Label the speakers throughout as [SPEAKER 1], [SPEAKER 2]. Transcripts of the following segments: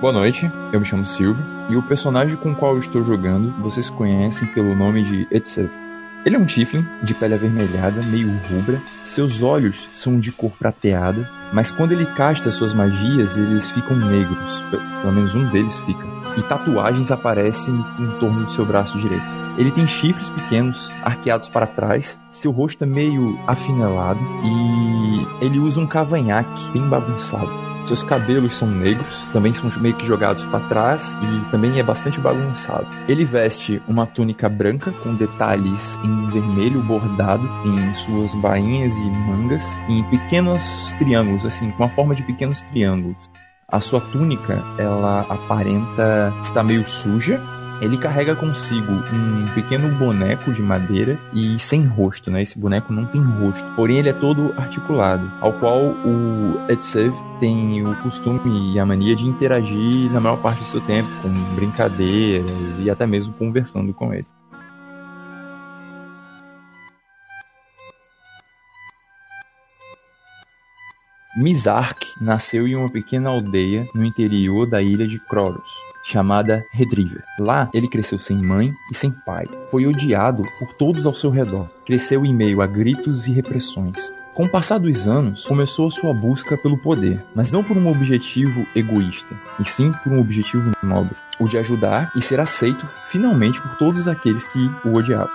[SPEAKER 1] Boa noite, eu me chamo Silvio e o personagem com o qual eu estou jogando vocês conhecem pelo nome de Etsev. Ele é um tiefling de pele avermelhada, meio rubra. Seus olhos são de cor prateada, mas quando ele casta suas magias, eles ficam negros. Pelo, pelo menos um deles fica. E tatuagens aparecem em torno do seu braço direito. Ele tem chifres pequenos, arqueados para trás, seu rosto é meio afinelado e ele usa um cavanhaque bem bagunçado. Seus cabelos são negros, também são meio que jogados para trás e também é bastante bagunçado. Ele veste uma túnica branca com detalhes em vermelho bordado em suas bainhas e mangas, em pequenos triângulos, assim, com a forma de pequenos triângulos. A sua túnica, ela aparenta estar meio suja, ele carrega consigo um pequeno boneco de madeira e sem rosto, né? Esse boneco não tem rosto, porém ele é todo articulado, ao qual o Etsev tem o costume e a mania de interagir na maior parte do seu tempo com brincadeiras e até mesmo conversando com ele. Mizark nasceu em uma pequena aldeia no interior da ilha de Croros, chamada Redriver. Lá, ele cresceu sem mãe e sem pai. Foi odiado por todos ao seu redor. Cresceu em meio a gritos e repressões. Com o passar dos anos, começou a sua busca pelo poder, mas não por um objetivo egoísta, e sim por um objetivo nobre, o de ajudar e ser aceito finalmente por todos aqueles que o odiavam.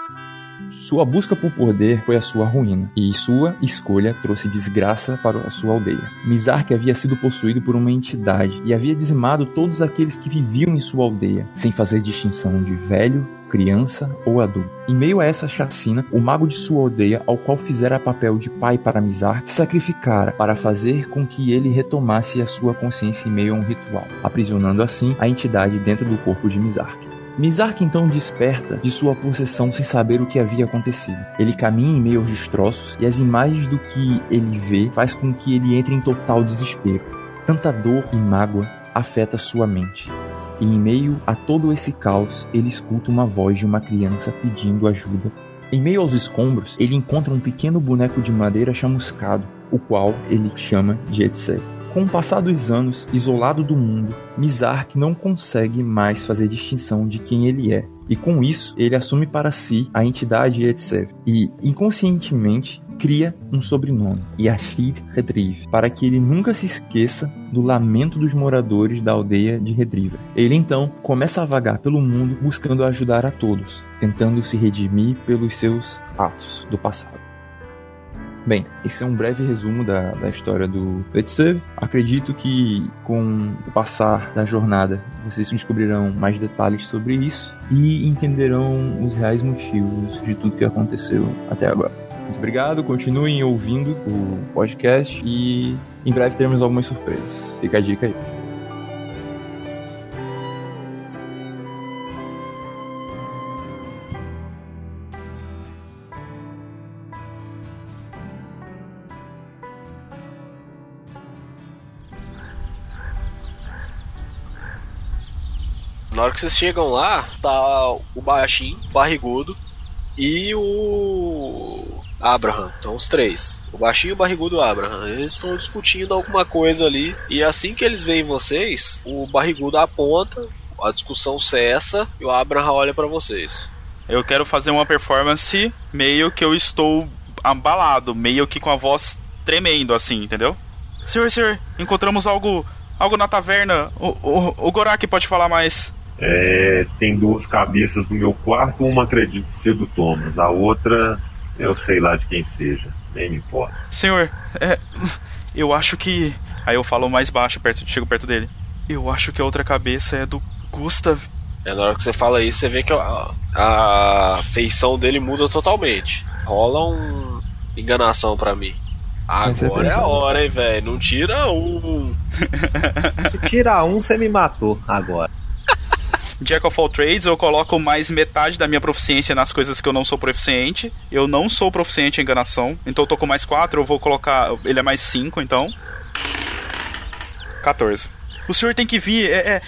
[SPEAKER 1] Sua busca por poder foi a sua ruína, e sua escolha trouxe desgraça para a sua aldeia. Mizark havia sido possuído por uma entidade e havia dizimado todos aqueles que viviam em sua aldeia, sem fazer distinção de velho, criança ou adulto. Em meio a essa chacina, o mago de sua aldeia, ao qual fizera papel de pai para Mizark, se sacrificara para fazer com que ele retomasse a sua consciência em meio a um ritual, aprisionando assim a entidade dentro do corpo de Mizark. Mizark então desperta de sua possessão sem saber o que havia acontecido. Ele caminha em meio aos destroços e as imagens do que ele vê faz com que ele entre em total desespero. Tanta dor e mágoa afeta sua mente. E em meio a todo esse caos, ele escuta uma voz de uma criança pedindo ajuda. Em meio aos escombros, ele encontra um pequeno boneco de madeira chamuscado, o qual ele chama de Etsev. Com o passar dos anos, isolado do mundo, Mizark não consegue mais fazer distinção de quem ele é. E com isso, ele assume para si a entidade Etsev e, inconscientemente, cria um sobrenome, Yashid Redrive, para que ele nunca se esqueça do lamento dos moradores da aldeia de Redriver. Ele então começa a vagar pelo mundo buscando ajudar a todos, tentando se redimir pelos seus atos do passado. Bem, esse é um breve resumo da, da história do Petsev. Acredito que com o passar da jornada vocês descobrirão mais detalhes sobre isso e entenderão os reais motivos de tudo que aconteceu até agora. Muito obrigado, continuem ouvindo o podcast e em breve teremos algumas surpresas. Fica a dica aí.
[SPEAKER 2] Na hora que vocês chegam lá, tá o Baixinho, o Barrigudo e o Abraham. Então os três. O Baixinho, o Barrigudo e o Abraham. Eles estão discutindo alguma coisa ali. E assim que eles veem vocês, o Barrigudo aponta, a discussão cessa e o Abraham olha pra vocês.
[SPEAKER 3] Eu quero fazer uma performance meio que eu estou abalado, meio que com a voz tremendo, assim, entendeu? Senhor, senhor, encontramos algo algo na taverna. O, o, o Gorak pode falar mais.
[SPEAKER 4] É, tem duas cabeças no meu quarto, uma acredito ser do Thomas, a outra eu sei lá de quem seja, nem me importa.
[SPEAKER 3] Senhor, é, eu acho que. Aí eu falo mais baixo, perto, chego perto dele. Eu acho que a outra cabeça é do Gustav.
[SPEAKER 2] É, na hora que você fala isso, você vê que a, a feição dele muda totalmente. Rola um enganação para mim. Agora é a hora, hein, velho. Não tira um.
[SPEAKER 5] Se tirar um, você me matou agora.
[SPEAKER 3] Jack of All Trades, eu coloco mais metade da minha proficiência nas coisas que eu não sou proficiente. Eu não sou proficiente em enganação, então eu tô com mais 4, eu vou colocar. Ele é mais 5, então. 14. O senhor tem que vir, é, é,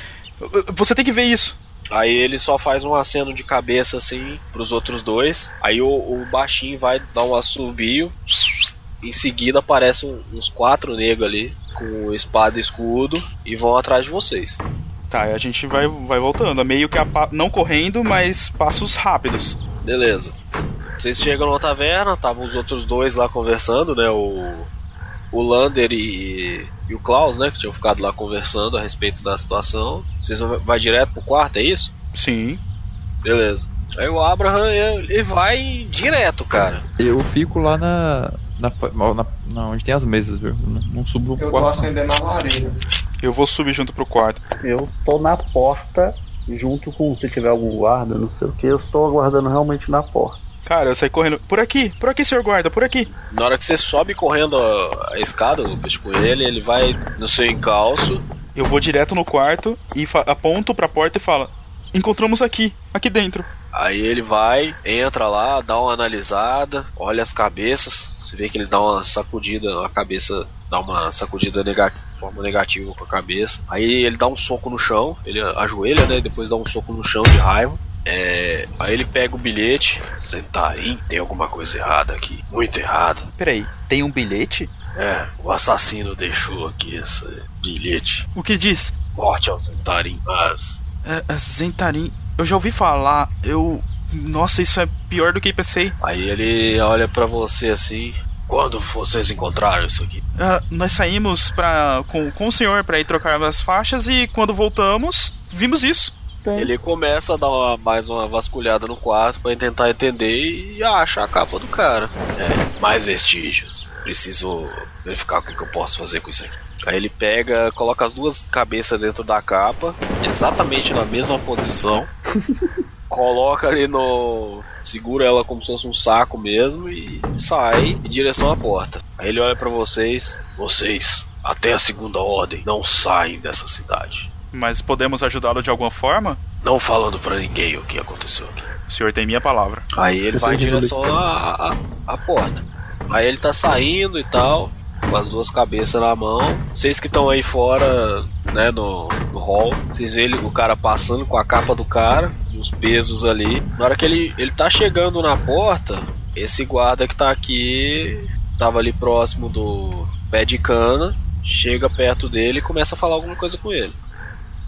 [SPEAKER 3] Você tem que ver isso.
[SPEAKER 2] Aí ele só faz um aceno de cabeça assim pros outros dois. Aí o, o baixinho vai dar um assobio. Em seguida aparecem uns quatro negros ali com espada e escudo e vão atrás de vocês.
[SPEAKER 3] Tá, e a gente vai, vai voltando. É meio que a pa- não correndo, mas passos rápidos.
[SPEAKER 2] Beleza. Vocês chegam numa taverna, estavam os outros dois lá conversando, né? O, o Lander e, e o Klaus, né? Que tinham ficado lá conversando a respeito da situação. Vocês vão vai direto pro quarto, é isso?
[SPEAKER 3] Sim.
[SPEAKER 2] Beleza. Aí o Abraham ele vai direto, cara.
[SPEAKER 1] Eu fico lá na. Na, na- na- onde tem as mesas, viu? Não, não subo pro
[SPEAKER 6] Eu tô
[SPEAKER 1] quarto.
[SPEAKER 6] acendendo a lareira.
[SPEAKER 3] Eu vou subir junto pro quarto.
[SPEAKER 7] Eu tô na porta, junto com se tiver algum guarda, não sei o que, eu estou aguardando realmente na porta.
[SPEAKER 3] Cara, eu saí correndo. Por aqui, por aqui, senhor guarda, por aqui.
[SPEAKER 2] Na hora que você sobe correndo a, a escada, Lucas, com ele, ele vai no seu encalço.
[SPEAKER 3] Eu vou direto no quarto e fa- aponto pra porta e falo: Encontramos aqui, aqui dentro.
[SPEAKER 2] Aí ele vai, entra lá, dá uma analisada, olha as cabeças. Você vê que ele dá uma sacudida, a cabeça dá uma sacudida nega- de forma negativa com a cabeça. Aí ele dá um soco no chão, ele ajoelha, né? E depois dá um soco no chão de raiva. É, aí ele pega o bilhete, sentarim, tem alguma coisa errada aqui, muito errada.
[SPEAKER 3] Peraí, tem um bilhete?
[SPEAKER 2] É, o assassino deixou aqui esse bilhete.
[SPEAKER 3] O que diz?
[SPEAKER 2] Morte ao Zentarim. Mas.
[SPEAKER 3] É, é, Zentarim. Eu já ouvi falar, eu. Nossa, isso é pior do que pensei.
[SPEAKER 2] Aí ele olha pra você assim. Quando vocês encontraram isso aqui?
[SPEAKER 3] Ah, nós saímos pra, com, com o senhor pra ir trocar as faixas e quando voltamos, vimos isso.
[SPEAKER 7] Tem.
[SPEAKER 2] Ele começa a dar uma- mais uma vasculhada no quarto pra tentar entender e acha a capa do cara. É, mais vestígios. Preciso verificar o que, que eu posso fazer com isso aqui. Aí ele pega, coloca as duas cabeças dentro da capa, exatamente na mesma posição. coloca ali no. Segura ela como se fosse um saco mesmo e sai em direção à porta. Aí ele olha pra vocês. Vocês, até a segunda ordem, não saem dessa cidade.
[SPEAKER 3] Mas podemos ajudá-lo de alguma forma?
[SPEAKER 2] Não falando pra ninguém o que aconteceu aqui.
[SPEAKER 3] O senhor tem minha palavra.
[SPEAKER 2] Aí ele
[SPEAKER 1] Eu
[SPEAKER 2] vai em
[SPEAKER 1] sei que
[SPEAKER 2] direção à, à, à porta. Aí ele tá saindo e tal, com as duas cabeças na mão. Vocês que estão aí fora, né, no, no hall, vocês veem ele- o cara passando com a capa do cara e os pesos ali. Na hora que ele, ele tá chegando na porta, esse guarda que tá aqui, tava ali próximo do pé de cana, chega perto dele e começa a falar alguma coisa com ele.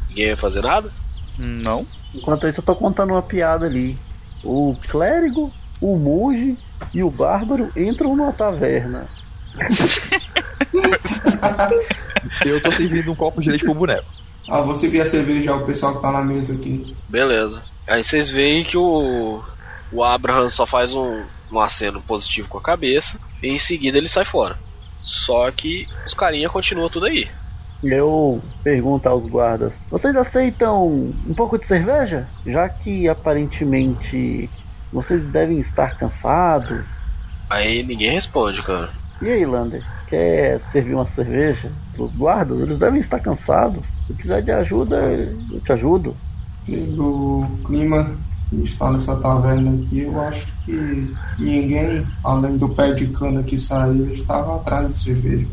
[SPEAKER 2] Ninguém vai fazer nada?
[SPEAKER 3] Não?
[SPEAKER 7] Enquanto isso, eu tô contando uma piada ali. O clérigo, o monge e o bárbaro entram numa taverna.
[SPEAKER 1] Eu tô servindo um copo de leite pro boneco.
[SPEAKER 6] Ah, você vê a cerveja, o pessoal que tá na mesa aqui.
[SPEAKER 2] Beleza. Aí vocês veem que o, o Abraham só faz um, um aceno positivo com a cabeça e em seguida ele sai fora. Só que os carinha continuam tudo aí.
[SPEAKER 7] Eu pergunto aos guardas: Vocês aceitam um pouco de cerveja? Já que aparentemente vocês devem estar cansados.
[SPEAKER 2] Aí ninguém responde, cara.
[SPEAKER 7] E aí, Lander, quer servir uma cerveja pros guardas? Eles devem estar cansados. Se quiser de ajuda, eu te ajudo.
[SPEAKER 6] Pelo clima que está nessa taverna aqui, eu acho que ninguém, além do pé de cana que saiu, estava atrás de cerveja.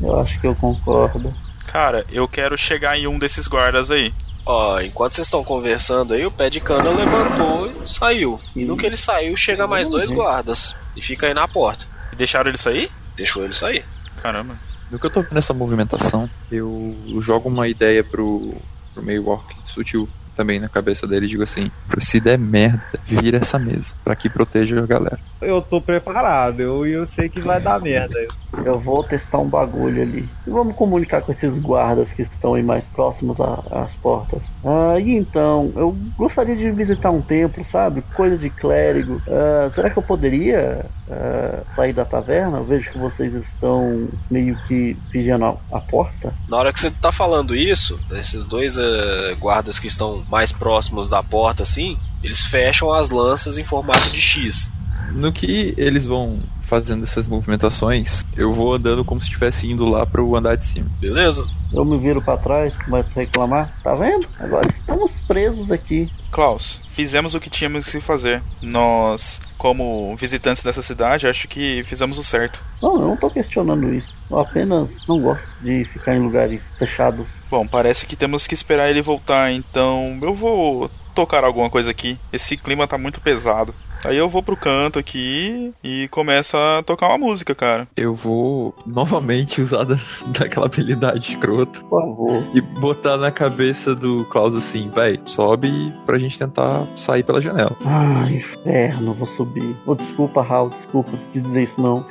[SPEAKER 7] Eu acho que eu concordo.
[SPEAKER 3] Cara, eu quero chegar em um desses guardas aí.
[SPEAKER 2] Ó, enquanto vocês estão conversando aí, o pé de cana levantou e saiu. E no que ele saiu, chega mais dois guardas e fica aí na porta.
[SPEAKER 3] E deixaram ele sair?
[SPEAKER 2] Deixou ele sair.
[SPEAKER 3] Caramba.
[SPEAKER 1] No que eu tô vendo essa movimentação, eu jogo uma ideia pro, pro meio orc sutil também na cabeça dele e digo assim: se der merda, vira essa mesa pra que proteja a galera.
[SPEAKER 5] Eu tô preparado, eu, eu sei que vai dar merda.
[SPEAKER 7] Eu vou testar um bagulho ali. E vamos comunicar com esses guardas que estão aí mais próximos a- às portas. Ah, e então, eu gostaria de visitar um templo, sabe? Coisa de clérigo. Ah, será que eu poderia ah, sair da taverna? Eu vejo que vocês estão meio que vigiando a, a porta.
[SPEAKER 2] Na hora que você tá falando isso, esses dois eh, guardas que estão mais próximos da porta, assim, eles fecham as lanças em formato de X.
[SPEAKER 1] No que eles vão fazendo essas movimentações, eu vou andando como se estivesse indo lá pro andar de cima.
[SPEAKER 2] Beleza?
[SPEAKER 7] Eu me viro pra trás, começo a reclamar. Tá vendo? Agora estamos presos aqui.
[SPEAKER 3] Klaus, fizemos o que tínhamos que fazer. Nós, como visitantes dessa cidade, acho que fizemos o certo.
[SPEAKER 7] Não, eu não tô questionando isso. Eu apenas não gosto de ficar em lugares fechados.
[SPEAKER 3] Bom, parece que temos que esperar ele voltar, então eu vou tocar alguma coisa aqui. Esse clima tá muito pesado. Aí eu vou pro canto aqui e começo a tocar uma música, cara.
[SPEAKER 1] Eu vou novamente usar da, daquela habilidade escrota
[SPEAKER 7] Por favor.
[SPEAKER 1] e botar na cabeça do Klaus assim, véi, sobe pra gente tentar sair pela janela.
[SPEAKER 7] Ah, inferno, vou subir. Oh, desculpa, Raul, desculpa, não quis dizer isso não.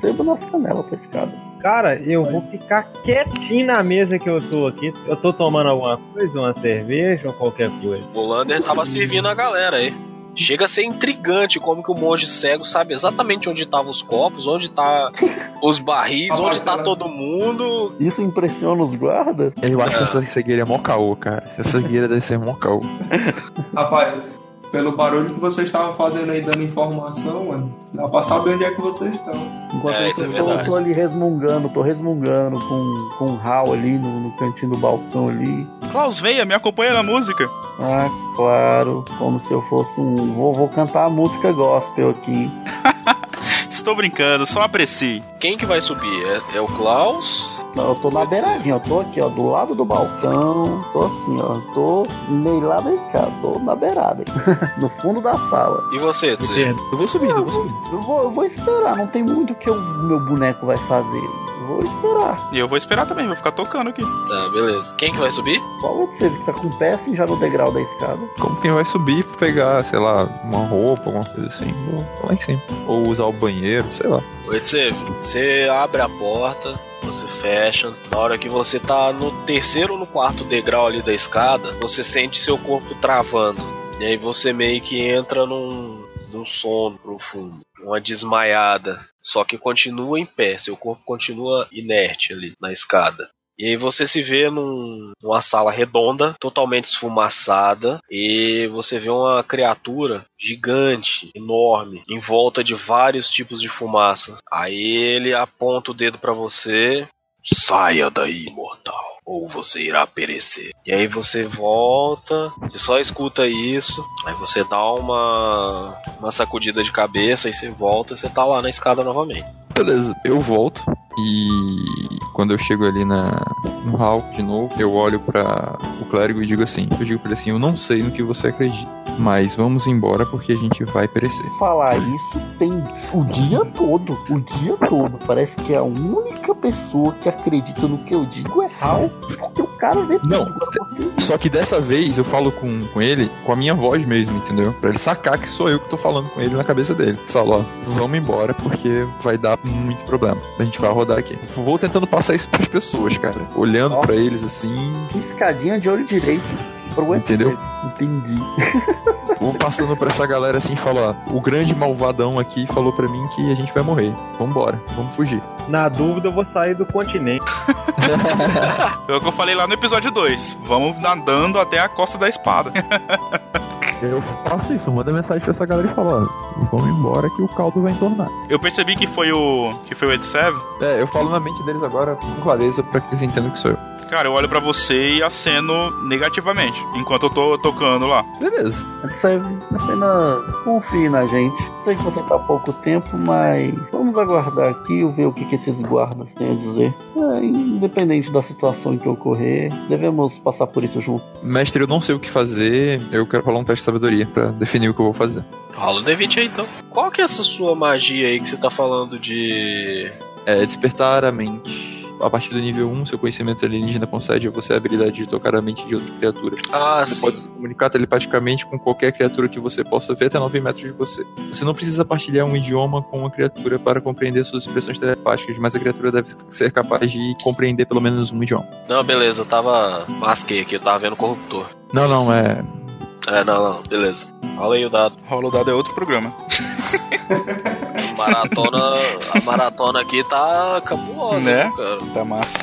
[SPEAKER 7] Seba nossa canela pra escada.
[SPEAKER 5] Cara, eu vou ficar quietinho na mesa que eu tô aqui. Eu tô tomando alguma coisa, uma cerveja ou qualquer coisa.
[SPEAKER 2] O Lander tava servindo a galera aí. Chega a ser intrigante como que o monge cego sabe exatamente onde estavam os copos, onde tá os barris, onde tá todo mundo.
[SPEAKER 7] Isso impressiona os guardas?
[SPEAKER 1] Eu acho
[SPEAKER 2] Ah.
[SPEAKER 1] que essa cegueira é mó caô, cara. Essa cegueira deve ser mó caô.
[SPEAKER 6] Rapaz, pelo barulho que vocês estavam fazendo aí dando informação, mano, dá pra saber onde é que vocês estão.
[SPEAKER 7] Enquanto
[SPEAKER 2] É,
[SPEAKER 7] eu
[SPEAKER 2] isso
[SPEAKER 7] tô-
[SPEAKER 2] é
[SPEAKER 7] eu, tô,
[SPEAKER 2] verdade.
[SPEAKER 7] ali resmungando, tô resmungando com, com o Raul ali no, no cantinho do balcão ali.
[SPEAKER 3] Klaus, veia, me acompanha na música.
[SPEAKER 7] Ah, claro, como se eu fosse um. Vou, vou cantar a música gospel aqui.
[SPEAKER 3] Estou brincando, só aprecie.
[SPEAKER 2] Quem que vai subir? É, é o Klaus?
[SPEAKER 7] Não, eu tô na
[SPEAKER 2] Pode ser.
[SPEAKER 7] beiradinha, eu tô aqui, ó, do lado do balcão, tô assim, ó, tô meio lá meio cá, tô na beirada, no fundo da sala.
[SPEAKER 2] E você, Tse?
[SPEAKER 1] Eu vou subindo, eu vou subindo.
[SPEAKER 7] Eu vou, eu vou esperar, não tem muito o que o meu boneco vai fazer. Eu vou esperar.
[SPEAKER 3] E eu vou esperar também, vou ficar tocando aqui.
[SPEAKER 2] Tá, beleza. Quem que vai subir?
[SPEAKER 7] Qual você que tá com o pé assim já no degrau da escada?
[SPEAKER 1] Como quem vai subir pra pegar, sei lá, uma roupa, alguma coisa assim. Vou vou lá em cima. Ou usar o banheiro, sei lá.
[SPEAKER 2] Oi, Tse. Você abre a porta, você fecha. Na hora que você tá no terceiro ou no quarto degrau ali da escada, você sente seu corpo travando. E aí você meio que entra num, num sono profundo, uma desmaiada. Só que continua em pé, seu corpo continua inerte ali na escada. E aí você se vê num- numa sala redonda, totalmente esfumaçada, e você vê uma criatura gigante, enorme, em volta de vários tipos de fumaça. Aí ele aponta o dedo pra você. Saia daí, mortal, ou você irá perecer. E aí você volta, você só escuta isso, aí você dá uma, uma sacudida de cabeça e você volta, você tá lá na escada novamente.
[SPEAKER 1] Beleza, eu volto e quando eu chego ali na, no hall de novo, eu olho pra o clérigo e digo assim, eu digo pra ele assim, eu não sei no que você acredita, mas vamos embora porque a gente vai perecer.
[SPEAKER 7] Falar isso tem o dia todo, o dia todo. Parece que é a única pessoa que acredita no que eu digo é Hal, porque o cara vê tudo.
[SPEAKER 1] Não.
[SPEAKER 7] Agora você-
[SPEAKER 1] Só que dessa vez eu falo com, com ele com a minha voz mesmo, entendeu? Pra ele sacar que sou eu que tô falando com ele na cabeça dele. Falo, ó, vamos embora porque vai dar muito problema. A gente vai rodar aqui. Vou tentando passar isso pras pessoas, cara. Olhando pra eles assim,
[SPEAKER 7] Piscadinha de olho direito. pro
[SPEAKER 1] Entendeu?
[SPEAKER 7] efeito. Entendi.
[SPEAKER 1] Vou passando pra essa galera assim e falo, ó, o grande malvadão aqui falou pra mim que a gente vai morrer. Vambora, vamos fugir.
[SPEAKER 5] Na dúvida, eu vou sair do continente.
[SPEAKER 3] É o que eu falei lá no episódio 2. Vamos nadando até a costa da espada.
[SPEAKER 1] Eu faço isso, manda mensagem pra essa galera e falo, ó, vamos embora que o caldo vai entornar.
[SPEAKER 3] Eu percebi que foi o. que foi o Edsev.
[SPEAKER 1] É, eu falo na mente deles agora com clareza pra que eles entendam que sou eu.
[SPEAKER 3] Cara, eu olho pra você e aceno negativamente, enquanto eu tô tocando lá.
[SPEAKER 1] Beleza.
[SPEAKER 7] Edsev, apenas é confie na gente. Sei que você tá há pouco tempo, mas vamos aguardar aqui e ver o que, que esses guardas têm a dizer. É, independente da situação em que ocorrer, devemos passar por isso juntos.
[SPEAKER 1] Mestre, eu não sei o que fazer, eu quero rolar um teste de sabedoria pra definir o que eu vou fazer.
[SPEAKER 2] Rola o D20 aí então. Qual que é essa sua magia aí que você tá falando de.
[SPEAKER 1] É, despertar a mente. A partir do nível 1, seu conhecimento alienígena concede a você a habilidade de tocar a mente de outra criatura.
[SPEAKER 2] Ah,
[SPEAKER 1] Você
[SPEAKER 2] sim.
[SPEAKER 1] pode se comunicar telepaticamente com qualquer criatura que você possa ver até 9 metros de você. Você não precisa partilhar um idioma com uma criatura para compreender suas expressões telepáticas, mas a criatura deve ser capaz de compreender pelo menos um idioma.
[SPEAKER 2] Não, beleza, eu tava. Masquei aqui, eu tava vendo corruptor.
[SPEAKER 1] Não, não, é.
[SPEAKER 2] É, não, não, beleza. Rola aí o dado.
[SPEAKER 3] Rola o dado é outro programa.
[SPEAKER 2] Maratona. a maratona aqui tá cabulosa,
[SPEAKER 3] Né?
[SPEAKER 2] né? cara?
[SPEAKER 3] Tá massa.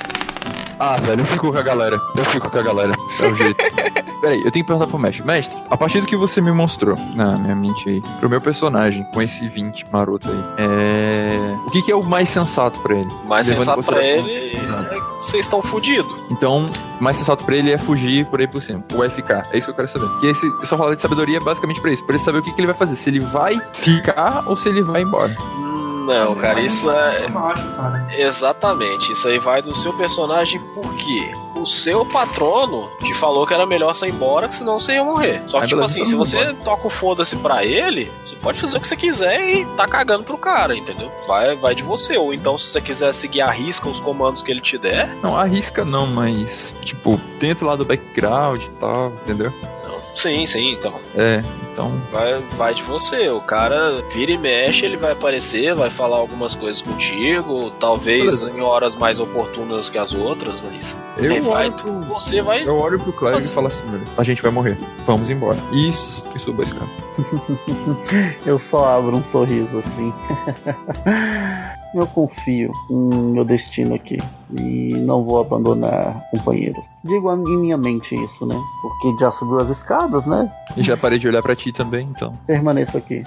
[SPEAKER 1] Ah, velho, eu fico com a galera. Eu fico com a galera. É o jeito. Peraí, eu tenho que perguntar pro mestre. Mestre, a partir do que você me mostrou na minha mente aí, pro meu personagem, com esse 20 maroto aí, é. O que, que é o mais sensato pra ele?
[SPEAKER 2] Mais
[SPEAKER 1] Levando em
[SPEAKER 2] sensato pra
[SPEAKER 1] consideração-
[SPEAKER 2] ele
[SPEAKER 1] Exato.
[SPEAKER 2] é que vocês estão fudidos.
[SPEAKER 1] Então, o mais sensato pra ele é fugir por aí por cima. Ou é ficar. É isso que eu quero saber. Porque esse, essa rolada de sabedoria é basicamente pra isso. Pra ele saber o que, que ele vai fazer. Se ele vai ficar ou se ele vai embora.
[SPEAKER 2] Hum, Não, cara, isso é.
[SPEAKER 6] Macho, cara.
[SPEAKER 2] Exatamente, isso aí vai do seu personagem, por quê? O o seu patrono te falou que era melhor você ir embora, que senão você ia morrer. Só que,
[SPEAKER 1] Aí,
[SPEAKER 2] tipo
[SPEAKER 1] beleza,
[SPEAKER 2] assim,
[SPEAKER 1] todo
[SPEAKER 2] se
[SPEAKER 1] mundo
[SPEAKER 2] você toca o foda-se pra ele, você pode fazer o que você quiser e tá cagando pro cara, entendeu? Vai, vai de você. Ou então, se você quiser seguir a risca os comandos que ele te der,
[SPEAKER 1] Não, arrisca não, mas, tipo, tenta lá do background e tal, entendeu?
[SPEAKER 2] não. sim, sim, então.
[SPEAKER 1] É, então.
[SPEAKER 2] Vai, vai de você. O cara vira e mexe, ele vai aparecer, vai falar algumas coisas contigo, talvez em horas mais oportunas que as outras, mas Ele
[SPEAKER 1] Eu
[SPEAKER 2] vai-
[SPEAKER 1] olho, pro,
[SPEAKER 2] você vai.
[SPEAKER 1] eu olho pro Clive
[SPEAKER 2] Nossa.
[SPEAKER 1] e falo assim: "Meu, a gente vai morrer, vamos embora. Isso, e subo a escada.
[SPEAKER 7] Eu só abro um sorriso assim. Eu confio no meu destino aqui e não vou abandonar companheiros. Digo em minha mente isso, né? Porque já subiu as escadas, né?
[SPEAKER 1] E já parei de olhar pra ti também, então.
[SPEAKER 7] Permaneço aqui.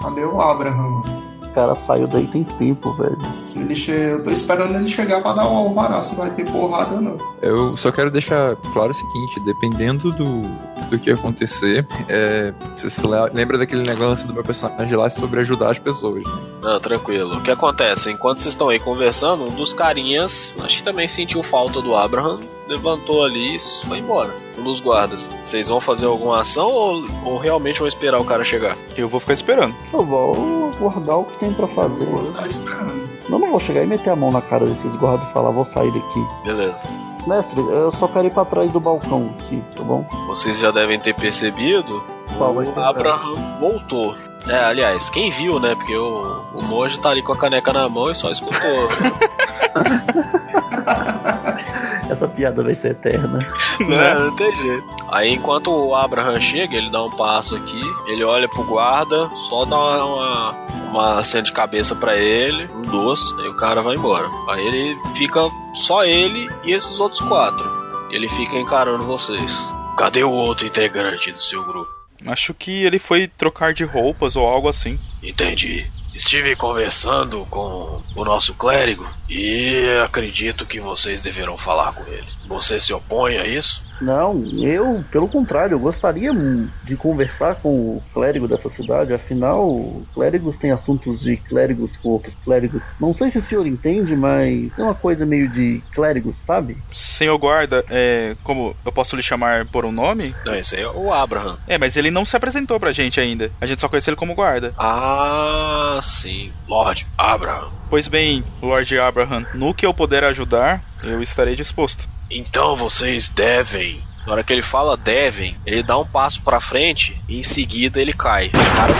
[SPEAKER 6] Cadê o Abraham, mano?
[SPEAKER 7] O cara saiu daí tem tempo, velho.
[SPEAKER 6] Se ele che... Eu tô esperando ele chegar pra dar o alvará, se vai ter porrada ou não.
[SPEAKER 1] Eu só quero deixar claro o seguinte: dependendo do, do que acontecer, é, você se le- lembra daquele negócio do meu personagem lá sobre ajudar as pessoas, né?
[SPEAKER 2] Não, tranquilo. O que acontece? Enquanto vocês estão aí conversando, um dos carinhas, acho que também sentiu falta do Abraham, levantou ali e foi embora. Um dos guardas. Vocês vão fazer alguma ação ou, ou realmente vão esperar o cara chegar?
[SPEAKER 3] Eu vou ficar esperando.
[SPEAKER 7] Eu Então, vou guardar o que tem pra fazer.
[SPEAKER 6] Eu vou ficar esperando.
[SPEAKER 7] Eu não vou chegar e meter a mão na cara desses guardas e falar, vou sair daqui.
[SPEAKER 2] Beleza.
[SPEAKER 7] Mestre, eu só quero ir pra trás do balcão aqui, tá bom?
[SPEAKER 2] Vocês já devem ter percebido
[SPEAKER 7] Qual vai ser,
[SPEAKER 2] O
[SPEAKER 7] cara?
[SPEAKER 2] Abraham voltou. É, aliás, quem viu, né? Porque o, o monge tá ali com a caneca na mão e só escutou.
[SPEAKER 7] Essa piada vai ser eterna.
[SPEAKER 2] né? Não tem jeito. Aí enquanto o Abraham chega, ele dá um passo aqui, ele olha pro guarda, só dá uma, uma, uma acena de cabeça pra ele, um doce, aí o cara vai embora. Aí ele fica só ele e esses outros quatro. Ele fica encarando vocês. Cadê o outro integrante do seu grupo?
[SPEAKER 3] É. Acho que ele foi trocar de roupas ou algo assim.
[SPEAKER 2] Entendi. Estive conversando com o nosso clérigo e acredito que vocês deverão falar com ele. Você se opõe a isso?
[SPEAKER 7] Não, eu, pelo contrário, eu gostaria hum, de conversar com o clérigo dessa cidade, afinal, clérigos têm assuntos de clérigos com outros clérigos. Não sei se o senhor entende, mas é uma coisa meio de clérigos, sabe?
[SPEAKER 3] Senhor guarda, é, como eu posso lhe chamar por um nome?
[SPEAKER 2] Não, esse aí é o Abraham.
[SPEAKER 3] É, mas ele não se apresentou pra gente ainda. A gente só conhece ele como guarda.
[SPEAKER 2] Ah, sim. Lorde Abraham.
[SPEAKER 3] Pois bem, Lord Abraham, no que eu puder ajudar, eu estarei disposto.
[SPEAKER 2] Então vocês devem. Na hora que ele fala devem, ele dá um passo pra frente e em seguida ele cai. Cara,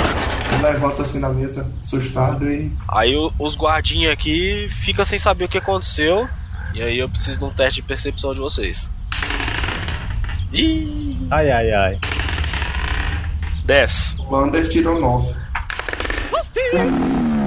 [SPEAKER 6] Levanta assim na mesa, assustado e.
[SPEAKER 2] Aí o- os guardinhas aqui ficam sem saber o que aconteceu. E aí eu preciso de um teste de percepção de vocês. Ih!
[SPEAKER 5] Ai, ai, ai.
[SPEAKER 3] 10.
[SPEAKER 6] O Anders tirou 9.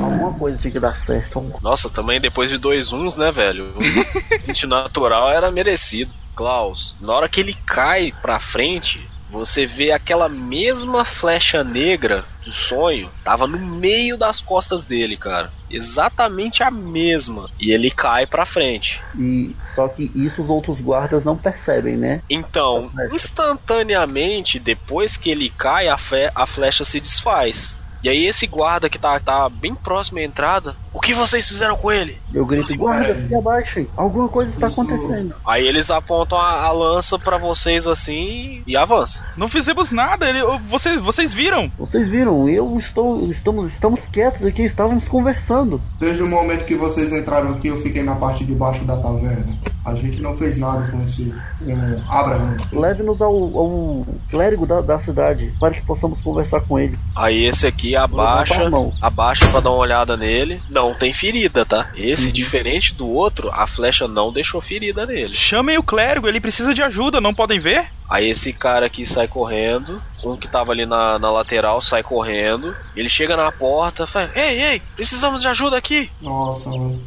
[SPEAKER 7] Alguma coisa tinha que dar certo. alguma
[SPEAKER 2] Nossa, também depois de dois uns, né, velho? O 20 natural era merecido. Klaus, na hora que ele cai pra frente, você vê aquela mesma flecha negra do sonho, tava no meio das costas dele, cara. Exatamente a mesma. E ele cai pra frente.
[SPEAKER 7] E só que isso os outros guardas não percebem, né?
[SPEAKER 2] Então, instantaneamente, depois que ele cai, a, fe- a flecha se desfaz. E aí esse guarda que tá, tá bem próximo à entrada, o que vocês fizeram com ele?
[SPEAKER 7] Eu grito,
[SPEAKER 2] Sim,
[SPEAKER 7] guarda,
[SPEAKER 6] cara.
[SPEAKER 7] se abaixem, alguma coisa está
[SPEAKER 6] Isso-
[SPEAKER 7] acontecendo.
[SPEAKER 2] Aí eles apontam a, a lança pra vocês assim e avança.
[SPEAKER 3] Não fizemos nada, ele, oh, vocês, vocês viram?
[SPEAKER 7] Vocês viram, eu estou, estamos, estamos quietos aqui, estávamos conversando.
[SPEAKER 6] Desde o momento que vocês entraram aqui, eu fiquei na parte de baixo da taverna. A gente não fez nada com esse com Abraham.
[SPEAKER 7] Leve-nos ao, ao clérigo da, da cidade para que possamos conversar com ele.
[SPEAKER 2] Aí esse aqui
[SPEAKER 7] Vou levantar
[SPEAKER 2] abaixa,
[SPEAKER 7] a mão.
[SPEAKER 2] abaixa pra dar uma olhada nele. Não tem ferida, tá? Esse, diferente do outro, a flecha não deixou ferida nele.
[SPEAKER 3] Chamem o clérigo, ele precisa de ajuda, não podem ver?
[SPEAKER 2] Aí esse cara aqui sai correndo. Um que tava ali na, na lateral sai correndo. Ele chega na porta, fala: Ei, ei, precisamos de ajuda aqui.
[SPEAKER 6] Nossa, mano.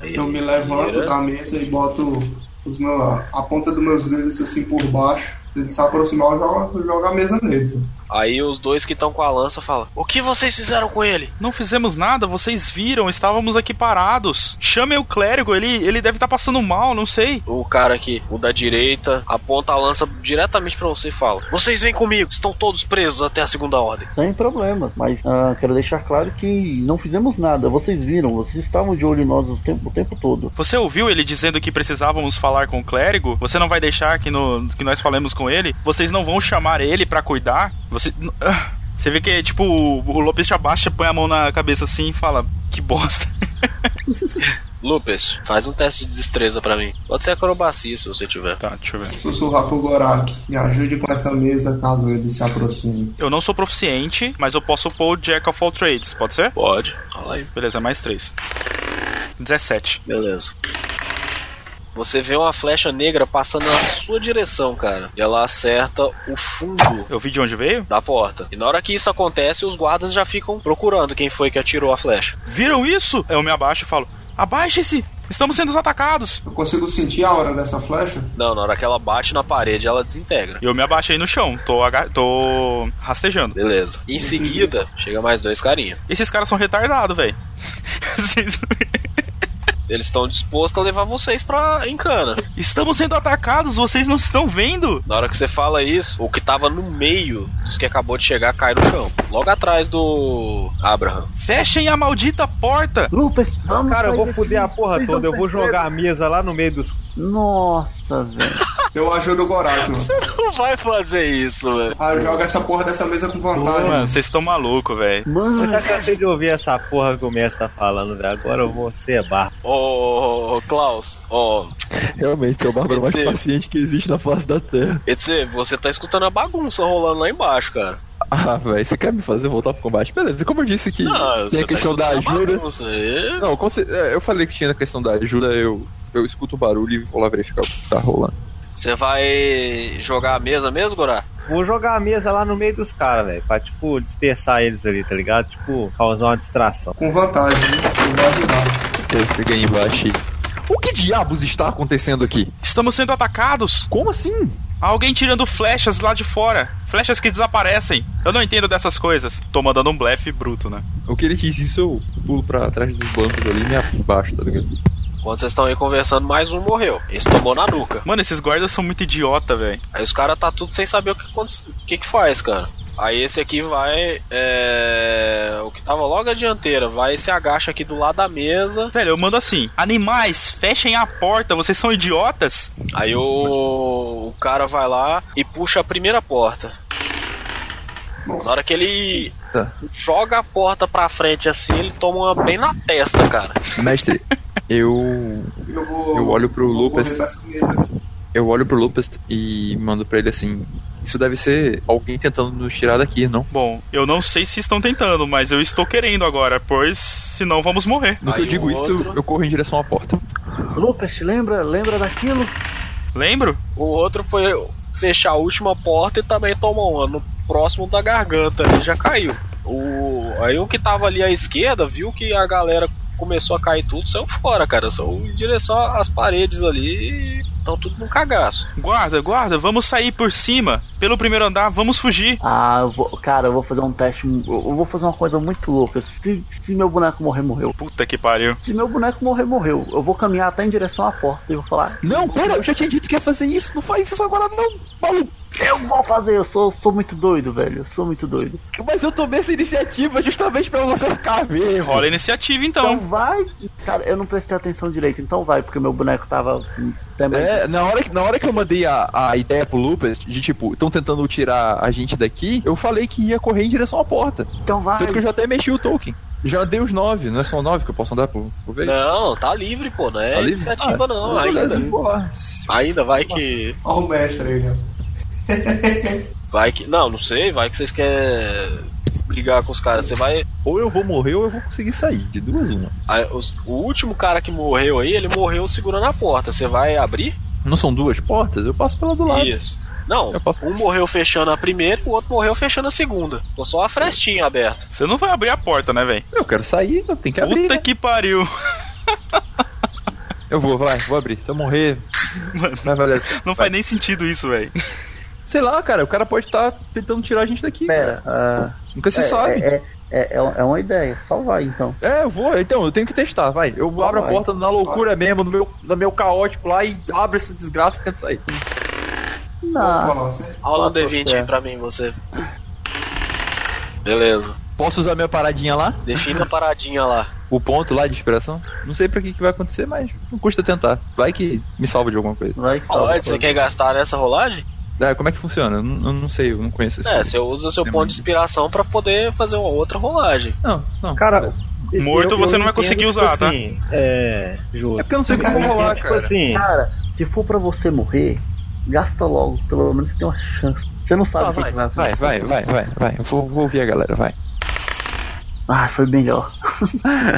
[SPEAKER 2] Aí
[SPEAKER 6] Eu
[SPEAKER 2] ele
[SPEAKER 6] me levanto
[SPEAKER 2] vira.
[SPEAKER 6] da mesa e boto os meus, a ponta dos meus dedos assim por baixo. Se ele se aproximar, eu jogo, eu jogo a mesa nele.
[SPEAKER 2] Aí os dois que estão com a lança falam: O que vocês fizeram com ele?
[SPEAKER 3] Não fizemos nada, vocês viram, estávamos aqui parados. Chamem o clérigo, ele, ele deve estar passando mal, não sei.
[SPEAKER 2] O cara aqui, o da direita, aponta a lança diretamente pra você e fala: Vocês vêm comigo, estão todos presos até a segunda ordem.
[SPEAKER 7] Sem problemas, mas ah, quero deixar claro que não fizemos nada. Vocês viram, vocês estavam de olho em nós o tempo, o tempo todo.
[SPEAKER 3] Você ouviu ele dizendo que precisávamos falar com o clérigo? Você não vai deixar que, no, que nós falemos com ele? Vocês não vão chamar ele pra cuidar? Você. Ah, Você vê que, tipo, o o Lopes te abaixa, põe a mão na cabeça assim e fala: Que bosta.
[SPEAKER 2] Lupus, faz um teste de destreza pra mim. Pode ser acrobacia se você tiver.
[SPEAKER 3] Tá, deixa eu ver.
[SPEAKER 6] Sussurrar pro Gorak. Me ajude com essa mesa caso ele se aproxime.
[SPEAKER 3] Eu não sou proficiente, mas eu posso pôr o Jack of All Trades, pode ser?
[SPEAKER 2] Pode. Fala aí.
[SPEAKER 3] Beleza, mais três. 17.
[SPEAKER 2] Beleza. Você vê uma flecha negra passando na sua direção, cara. E ela acerta o fundo
[SPEAKER 3] Eu vi de onde veio?
[SPEAKER 2] da porta. E na hora que isso acontece, os guardas já ficam procurando quem foi que atirou a flecha.
[SPEAKER 3] Viram isso? Eu me abaixo e falo: Abaixe-se! Estamos sendo atacados!
[SPEAKER 6] Eu consigo sentir a hora dessa flecha?
[SPEAKER 2] Não, na hora que ela bate na parede, ela desintegra.
[SPEAKER 3] Eu me abaixei no chão, tô, aga- tô rastejando.
[SPEAKER 2] Beleza. Em seguida, chega mais dois carinha.
[SPEAKER 3] Esses caras são retardados, velho. Vocês-
[SPEAKER 2] Eles estão dispostos a levar vocês pra encana.
[SPEAKER 3] Estamos sendo atacados, vocês não estão vendo?
[SPEAKER 2] Na hora que você fala isso, o que tava no meio dos que acabou de chegar cai no chão. Logo atrás do Abraham.
[SPEAKER 3] Fechem a maldita porta!
[SPEAKER 7] Lucas, vamos
[SPEAKER 5] Cara, eu
[SPEAKER 7] sair
[SPEAKER 5] vou
[SPEAKER 7] daqui.
[SPEAKER 5] foder a porra
[SPEAKER 7] Vocês
[SPEAKER 8] Então
[SPEAKER 5] toda.
[SPEAKER 7] não
[SPEAKER 5] Eu vou
[SPEAKER 7] percebem.
[SPEAKER 5] jogar a mesa lá no meio dos.
[SPEAKER 7] Nossa, velho.
[SPEAKER 6] Eu ajudo o Gorak, mano.
[SPEAKER 2] Não vai fazer isso, velho.
[SPEAKER 6] Ah, joga essa porra dessa mesa com vantagem.
[SPEAKER 3] Mano, vocês estão malucos, velho.
[SPEAKER 5] Eu
[SPEAKER 7] Mano,
[SPEAKER 5] já cansei de ouvir essa porra que o mestre tá falando, velho. Agora eu vou ser barra.
[SPEAKER 2] Ô, Klaus, ô,
[SPEAKER 1] Realmente, é o bárbaro mais
[SPEAKER 2] Sim.
[SPEAKER 1] paciente que existe na face da Terra.
[SPEAKER 2] Edson, você tá escutando a bagunça rolando lá embaixo, cara.
[SPEAKER 1] Ah, velho, você quer me fazer voltar pro combate? Beleza, como eu disse que
[SPEAKER 2] Não,
[SPEAKER 1] tem
[SPEAKER 2] você
[SPEAKER 1] a questão
[SPEAKER 2] tá
[SPEAKER 1] da
[SPEAKER 2] escutando a
[SPEAKER 1] ajuda.
[SPEAKER 2] bagunça, é.
[SPEAKER 1] Não, com cer- é, eu falei que tinha a questão da ajuda, eu, eu escuto o barulho e vou lá verificar o que tá rolando.
[SPEAKER 2] Você vai jogar a mesa mesmo, Gorá?
[SPEAKER 5] Vou jogar a mesa lá no meio dos caras, velho. Pra, tipo, dispersar eles ali, tá ligado? Tipo, causar uma distração.
[SPEAKER 6] Com vantagem, né? Ele vai ajudar.
[SPEAKER 1] Eu cheguei embaixo e. O que diabos está acontecendo aqui?
[SPEAKER 3] Estamos sendo atacados!
[SPEAKER 1] Como assim?
[SPEAKER 3] Há Alguém tirando flechas lá de fora. Flechas que desaparecem. Eu não entendo dessas coisas. Tô mandando um blefe bruto, né?
[SPEAKER 1] O que ele disse isso, eu pulo pra trás dos bancos ali e me abaixo, tá ligado?
[SPEAKER 2] Quando vocês estão aí conversando, mais um morreu. Esse tomou na nuca.
[SPEAKER 3] Mano, esses guardas são muito idiota, velho.
[SPEAKER 2] Aí os caras tá tudo sem saber o que, aconte- o que que faz, cara. Aí esse aqui vai. é, O que tava logo a dianteira, vai e se agacha aqui do lado da mesa.
[SPEAKER 3] Velho, eu mando assim: Animais, fechem a porta, vocês são idiotas?
[SPEAKER 2] Aí o, o cara vai lá e puxa a primeira porta.
[SPEAKER 6] Nossa.
[SPEAKER 2] Na hora que ele
[SPEAKER 1] Tá.
[SPEAKER 2] joga a porta pra frente assim, ele toma uma bem na testa, cara.
[SPEAKER 1] Mestre, eu.
[SPEAKER 6] Eu vou.
[SPEAKER 1] Eu olho pro
[SPEAKER 6] eu vou
[SPEAKER 1] Lupus.
[SPEAKER 6] correr pra essa mesa aqui.
[SPEAKER 1] Eu olho pro Lupus e mando pra ele assim. Isso deve ser alguém tentando nos tirar daqui, não?
[SPEAKER 3] Bom, eu não sei se estão tentando, mas eu estou querendo agora, pois senão vamos morrer.
[SPEAKER 1] No que
[SPEAKER 2] Aí
[SPEAKER 1] eu digo
[SPEAKER 2] o
[SPEAKER 1] isso,
[SPEAKER 2] outro-
[SPEAKER 1] eu corro em direção à porta.
[SPEAKER 7] Lucas, lembra, lembra daquilo?
[SPEAKER 3] Lembro?
[SPEAKER 2] O outro foi fechar a última porta e também tomou uma no próximo da garganta, ele já caiu. O aí um que tava ali à esquerda viu que a galera começou a cair tudo, saiu fora, cara, só em direção às paredes ali, estão tudo num cagaço.
[SPEAKER 3] Guarda, guarda, vamos sair por cima. Pelo primeiro andar, vamos fugir.
[SPEAKER 7] Ah, eu vou- cara, eu vou fazer um teste. Eu eu vou fazer uma coisa muito louca. Se, se meu boneco morrer, morreu.
[SPEAKER 3] Puta que pariu.
[SPEAKER 7] Se meu boneco morrer, morreu. Eu vou caminhar até em direção à porta e vou falar:
[SPEAKER 1] Não, pera, eu já tinha dito que ia fazer isso, não faz isso agora não, maluco.
[SPEAKER 7] Eu vou fazer, eu sou, sou muito doido, velho. Eu sou muito doido.
[SPEAKER 1] Mas eu tomei essa iniciativa justamente pra você ficar vivo.
[SPEAKER 3] Rola a iniciativa
[SPEAKER 7] Então
[SPEAKER 3] então.
[SPEAKER 7] vai. Cara, eu não prestei atenção direito, então vai, porque meu boneco tava. hum, Até mais...
[SPEAKER 1] É, na hora, que, na hora que eu mandei a, a ideia pro Lucas, de tipo, estão tentando tirar a gente daqui, eu falei que ia correr em direção à porta.
[SPEAKER 7] Então vai.
[SPEAKER 1] Tanto que eu já até mexi o token. Já andei os nove, não é só nove que eu posso andar pro, pro veio?
[SPEAKER 2] Não, tá livre, pô, não é
[SPEAKER 1] Tá livre?
[SPEAKER 2] iniciativa
[SPEAKER 1] Ah,
[SPEAKER 2] não,
[SPEAKER 1] Beleza,
[SPEAKER 2] ainda.
[SPEAKER 1] vou lá.
[SPEAKER 2] Ainda vai que
[SPEAKER 6] Olha o mestre aí, ó.
[SPEAKER 2] vai que não, não sei, vai que vocês querem brigar com os caras, você vai
[SPEAKER 1] Ou eu vou morrer ou eu vou conseguir sair, de duas uma.
[SPEAKER 2] aí, os- o último cara que morreu aí, ele morreu segurando a porta. Você vai abrir?
[SPEAKER 1] Não são duas portas? Eu passo pela do lado.
[SPEAKER 2] Isso. Não,
[SPEAKER 1] Eu posso-
[SPEAKER 2] um morreu fechando a primeira e o outro morreu fechando a segunda. Tô só a frestinha aberta.
[SPEAKER 3] Você não vai abrir a porta, né, velho?
[SPEAKER 1] Eu quero sair, eu tenho que abrir.
[SPEAKER 3] Puta
[SPEAKER 1] né?
[SPEAKER 3] que pariu.
[SPEAKER 1] Eu vou, vai, vou abrir. Se eu morrer.
[SPEAKER 3] Mano.
[SPEAKER 1] Vai valer.
[SPEAKER 3] Não faz nem sentido isso, velho.
[SPEAKER 9] Sei lá, cara, o cara pode estar tentando tirar a gente daqui. cara.
[SPEAKER 7] Pera, ah,
[SPEAKER 9] Nunca se
[SPEAKER 7] é,
[SPEAKER 9] sabe.
[SPEAKER 7] É, é, é, é uma ideia, só vai então.
[SPEAKER 9] É, eu vou. Então, eu tenho que testar, vai. Eu
[SPEAKER 7] Vai,
[SPEAKER 9] abro a
[SPEAKER 7] vai.
[SPEAKER 9] porta na loucura mesmo, no meu, no meu caótico lá e abro essa desgraça e tento sair.
[SPEAKER 7] Não,
[SPEAKER 6] Ó, você-
[SPEAKER 2] Rola um
[SPEAKER 7] Quatro,
[SPEAKER 2] D20 aí
[SPEAKER 7] é.
[SPEAKER 2] pra mim, você. Beleza.
[SPEAKER 9] Posso usar minha paradinha lá?
[SPEAKER 2] Defina a paradinha lá.
[SPEAKER 1] Tá
[SPEAKER 9] O ponto lá de inspiração? Não sei pra que, que vai acontecer, mas não custa tentar. Vai que me salva de alguma coisa.
[SPEAKER 7] vai que
[SPEAKER 2] Ah,
[SPEAKER 7] salva,
[SPEAKER 2] você
[SPEAKER 7] pô.
[SPEAKER 2] quer gastar nessa rolagem?
[SPEAKER 9] É, como é que funciona? Eu não, eu não sei, eu não conheço esse.
[SPEAKER 2] É, você usa o seu ponto de inspiração pra poder fazer uma outra rolagem.
[SPEAKER 9] Não, não.
[SPEAKER 5] Cara,
[SPEAKER 9] beleza.
[SPEAKER 3] Morto você não vai
[SPEAKER 5] entendo,
[SPEAKER 3] conseguir
[SPEAKER 5] tipo
[SPEAKER 3] usar, tá?
[SPEAKER 5] assim, É,
[SPEAKER 9] É
[SPEAKER 5] justo.
[SPEAKER 9] porque eu não sei o que eu vou rolar,
[SPEAKER 5] Tipo
[SPEAKER 9] cara.
[SPEAKER 5] assim,
[SPEAKER 7] Cara, se for pra você morrer, gasta logo, pelo menos você tem uma chance. Você não sabe
[SPEAKER 9] Tá,
[SPEAKER 7] o que que vai
[SPEAKER 9] vai,
[SPEAKER 7] acontecer.
[SPEAKER 9] vai, vai, vai, vai. Eu vou, vou ouvir a galera, vai.
[SPEAKER 7] Ah, foi melhor.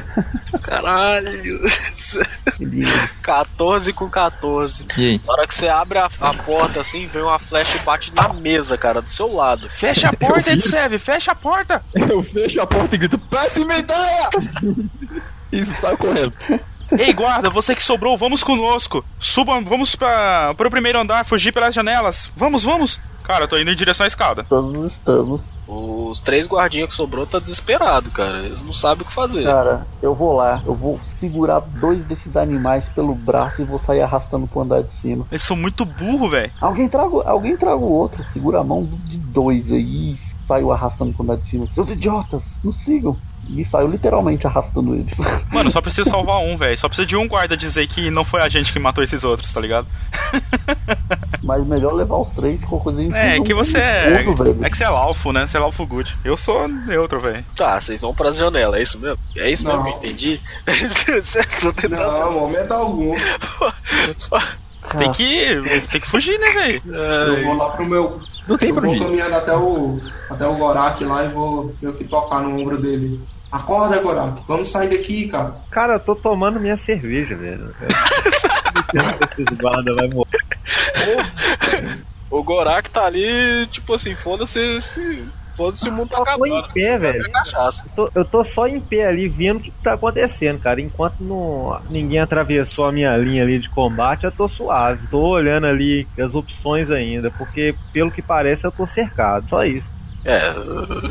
[SPEAKER 1] Ah,
[SPEAKER 2] Caralho!
[SPEAKER 7] Ele-
[SPEAKER 2] 14 com 14.
[SPEAKER 9] E aí?
[SPEAKER 2] Na hora que você abre a, a porta assim, vem uma flecha e bate na mesa, cara, do seu lado.
[SPEAKER 3] tá? Fecha a porta, Edsev, fecha a porta!
[SPEAKER 9] Eu fecho a porta e grito, péssima ideia! e saio correndo.
[SPEAKER 3] Ei, guarda, você que sobrou, vamos conosco. Suba, vamos pra, pro primeiro andar, fugir pelas janelas. Vamos, vamos! Cara, eu tô indo em direção à escada.
[SPEAKER 7] Todos estamos.
[SPEAKER 2] Os três guardinhas que sobrou tá desesperado, cara. Eles não sabem o que
[SPEAKER 9] É.
[SPEAKER 2] fazer.
[SPEAKER 7] Cara, eu vou lá. Eu vou segurar dois desses animais pelo braço e vou sair arrastando pro andar de cima.
[SPEAKER 3] Eles são muito burro, velho.
[SPEAKER 7] Alguém traga, alguém traga o outro, segura a mão do- de dois aí e saio arrastando pro andar de cima. Seus idiotas, nos sigam. E saio literalmente arrastando eles.
[SPEAKER 3] Mano, só precisa salvar um, velho. Só precisa de um guarda dizer que não foi a gente que matou esses outros, tá ligado?
[SPEAKER 7] Mas melhor é levar os três, qualquer coisa em
[SPEAKER 3] É,
[SPEAKER 7] um-
[SPEAKER 3] que você
[SPEAKER 7] um
[SPEAKER 3] é.
[SPEAKER 7] outro, velho.
[SPEAKER 3] É que você é Laufo, né? Você é Laufo Good. Eu sou neutro, velho.
[SPEAKER 2] Tá, vocês vão pras janelas, é isso mesmo? É isso mesmo
[SPEAKER 6] Não.
[SPEAKER 2] que eu entendi? Vocês vão tentar
[SPEAKER 6] Não, momento algum.
[SPEAKER 3] Tem que. Tem que fugir, né, velho?
[SPEAKER 6] Eu vou lá pro meu.
[SPEAKER 9] Não tem
[SPEAKER 6] eu
[SPEAKER 9] pra onde
[SPEAKER 6] vou
[SPEAKER 9] ir.
[SPEAKER 6] caminhando até o. até o Gorak lá e vou meio que tocar no ombro dele. Acorda, Gorak. Vamos sair daqui, cara.
[SPEAKER 5] cara, eu tô tomando minha cerveja, velho. Esses guarda vai morrer.
[SPEAKER 2] O Gorak tá ali, tipo assim, foda-se se. Foda-se o mundo tá
[SPEAKER 5] Eu tô
[SPEAKER 2] acabando.
[SPEAKER 5] em pé, velho.
[SPEAKER 2] É cachaça.
[SPEAKER 5] Tô- eu tô só em pé ali vendo o que tá acontecendo, cara. Enquanto não, ninguém atravessou a minha linha ali de combate, eu tô suave. Tô olhando ali as opções ainda, porque pelo que parece eu tô cercado. Só isso.
[SPEAKER 2] É,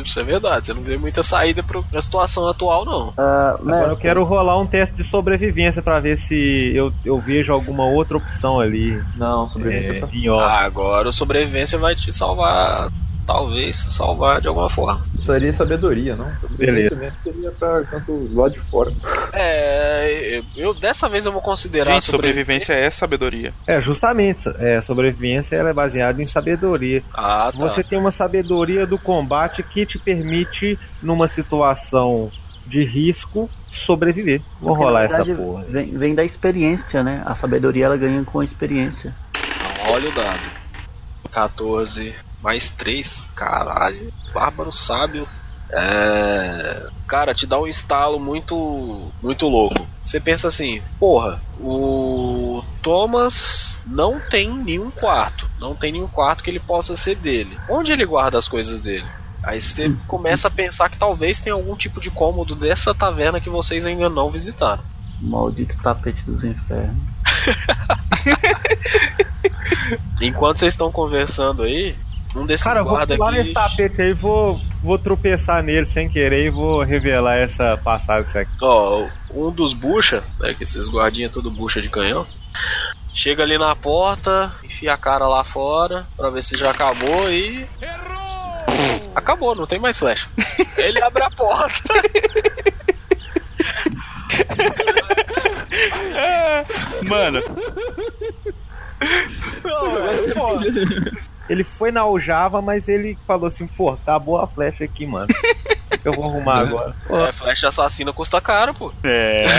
[SPEAKER 2] isso é verdade. Você não vê muita saída pro, pra situação atual, não.
[SPEAKER 7] Ah,
[SPEAKER 5] Agora eu
[SPEAKER 7] mestre,
[SPEAKER 5] quero rolar um teste de sobrevivência pra ver se eu, eu vejo alguma outra opção ali.
[SPEAKER 7] Não, sobrevivência
[SPEAKER 5] É,
[SPEAKER 7] tá-
[SPEAKER 5] em
[SPEAKER 2] Ah.
[SPEAKER 5] off.
[SPEAKER 2] Agora o sobrevivência vai te salvar. Talvez se salvar de alguma forma.
[SPEAKER 9] Precisaria sabedoria, não?
[SPEAKER 5] Beleza.
[SPEAKER 9] mesmo seria pra canto lá de fora.
[SPEAKER 2] É. Eu, eu- dessa vez eu vou considerar
[SPEAKER 3] Gente,
[SPEAKER 2] sobrevi-
[SPEAKER 3] sobrevivência é sabedoria.
[SPEAKER 5] É, justamente. É, sobrevivência ela é baseada em sabedoria.
[SPEAKER 2] Ah, tá.
[SPEAKER 5] Você tem uma sabedoria do combate que te permite, numa situação de risco, sobreviver. Vou
[SPEAKER 7] Porque, na
[SPEAKER 5] rolar essa
[SPEAKER 7] verdade,
[SPEAKER 5] porra.
[SPEAKER 7] Vem, vem da experiência, né? A sabedoria ela ganha com a experiência.
[SPEAKER 2] Então, olha o dado. 14 mais 3. Caralho, bárbaro sábio. É. Cara, te dá um estalo muito. muito louco. Você pensa assim, porra, o Thomas não tem nenhum quarto. Não tem nenhum quarto que ele possa ser dele. Onde ele guarda as coisas dele? Aí você
[SPEAKER 5] Hum.
[SPEAKER 2] começa a pensar que talvez tenha algum tipo de cômodo dessa taverna que vocês ainda não visitaram.
[SPEAKER 7] Maldito tapete dos infernos.
[SPEAKER 2] Enquanto vocês estão conversando aí, um desses
[SPEAKER 5] Cara, eu vou
[SPEAKER 2] guarda
[SPEAKER 5] pular
[SPEAKER 2] aqui.
[SPEAKER 5] nesse tapete aí, vou, vou tropeçar nele sem querer e vou revelar essa passagem aqui.
[SPEAKER 2] Ó, um dos bucha, né, que esses guardinhas tudo bucha de canhão, chega ali na porta, enfia a cara lá fora pra ver se já acabou e. Acabou, não tem mais flecha. Ele abre a porta.
[SPEAKER 3] Mano,
[SPEAKER 2] Não, pô,
[SPEAKER 5] Ele foi na aljava, mas ele falou assim, pô, tá boa a flecha aqui, mano. Eu vou arrumar agora.
[SPEAKER 2] é, flecha assassina custa caro, pô.
[SPEAKER 3] é.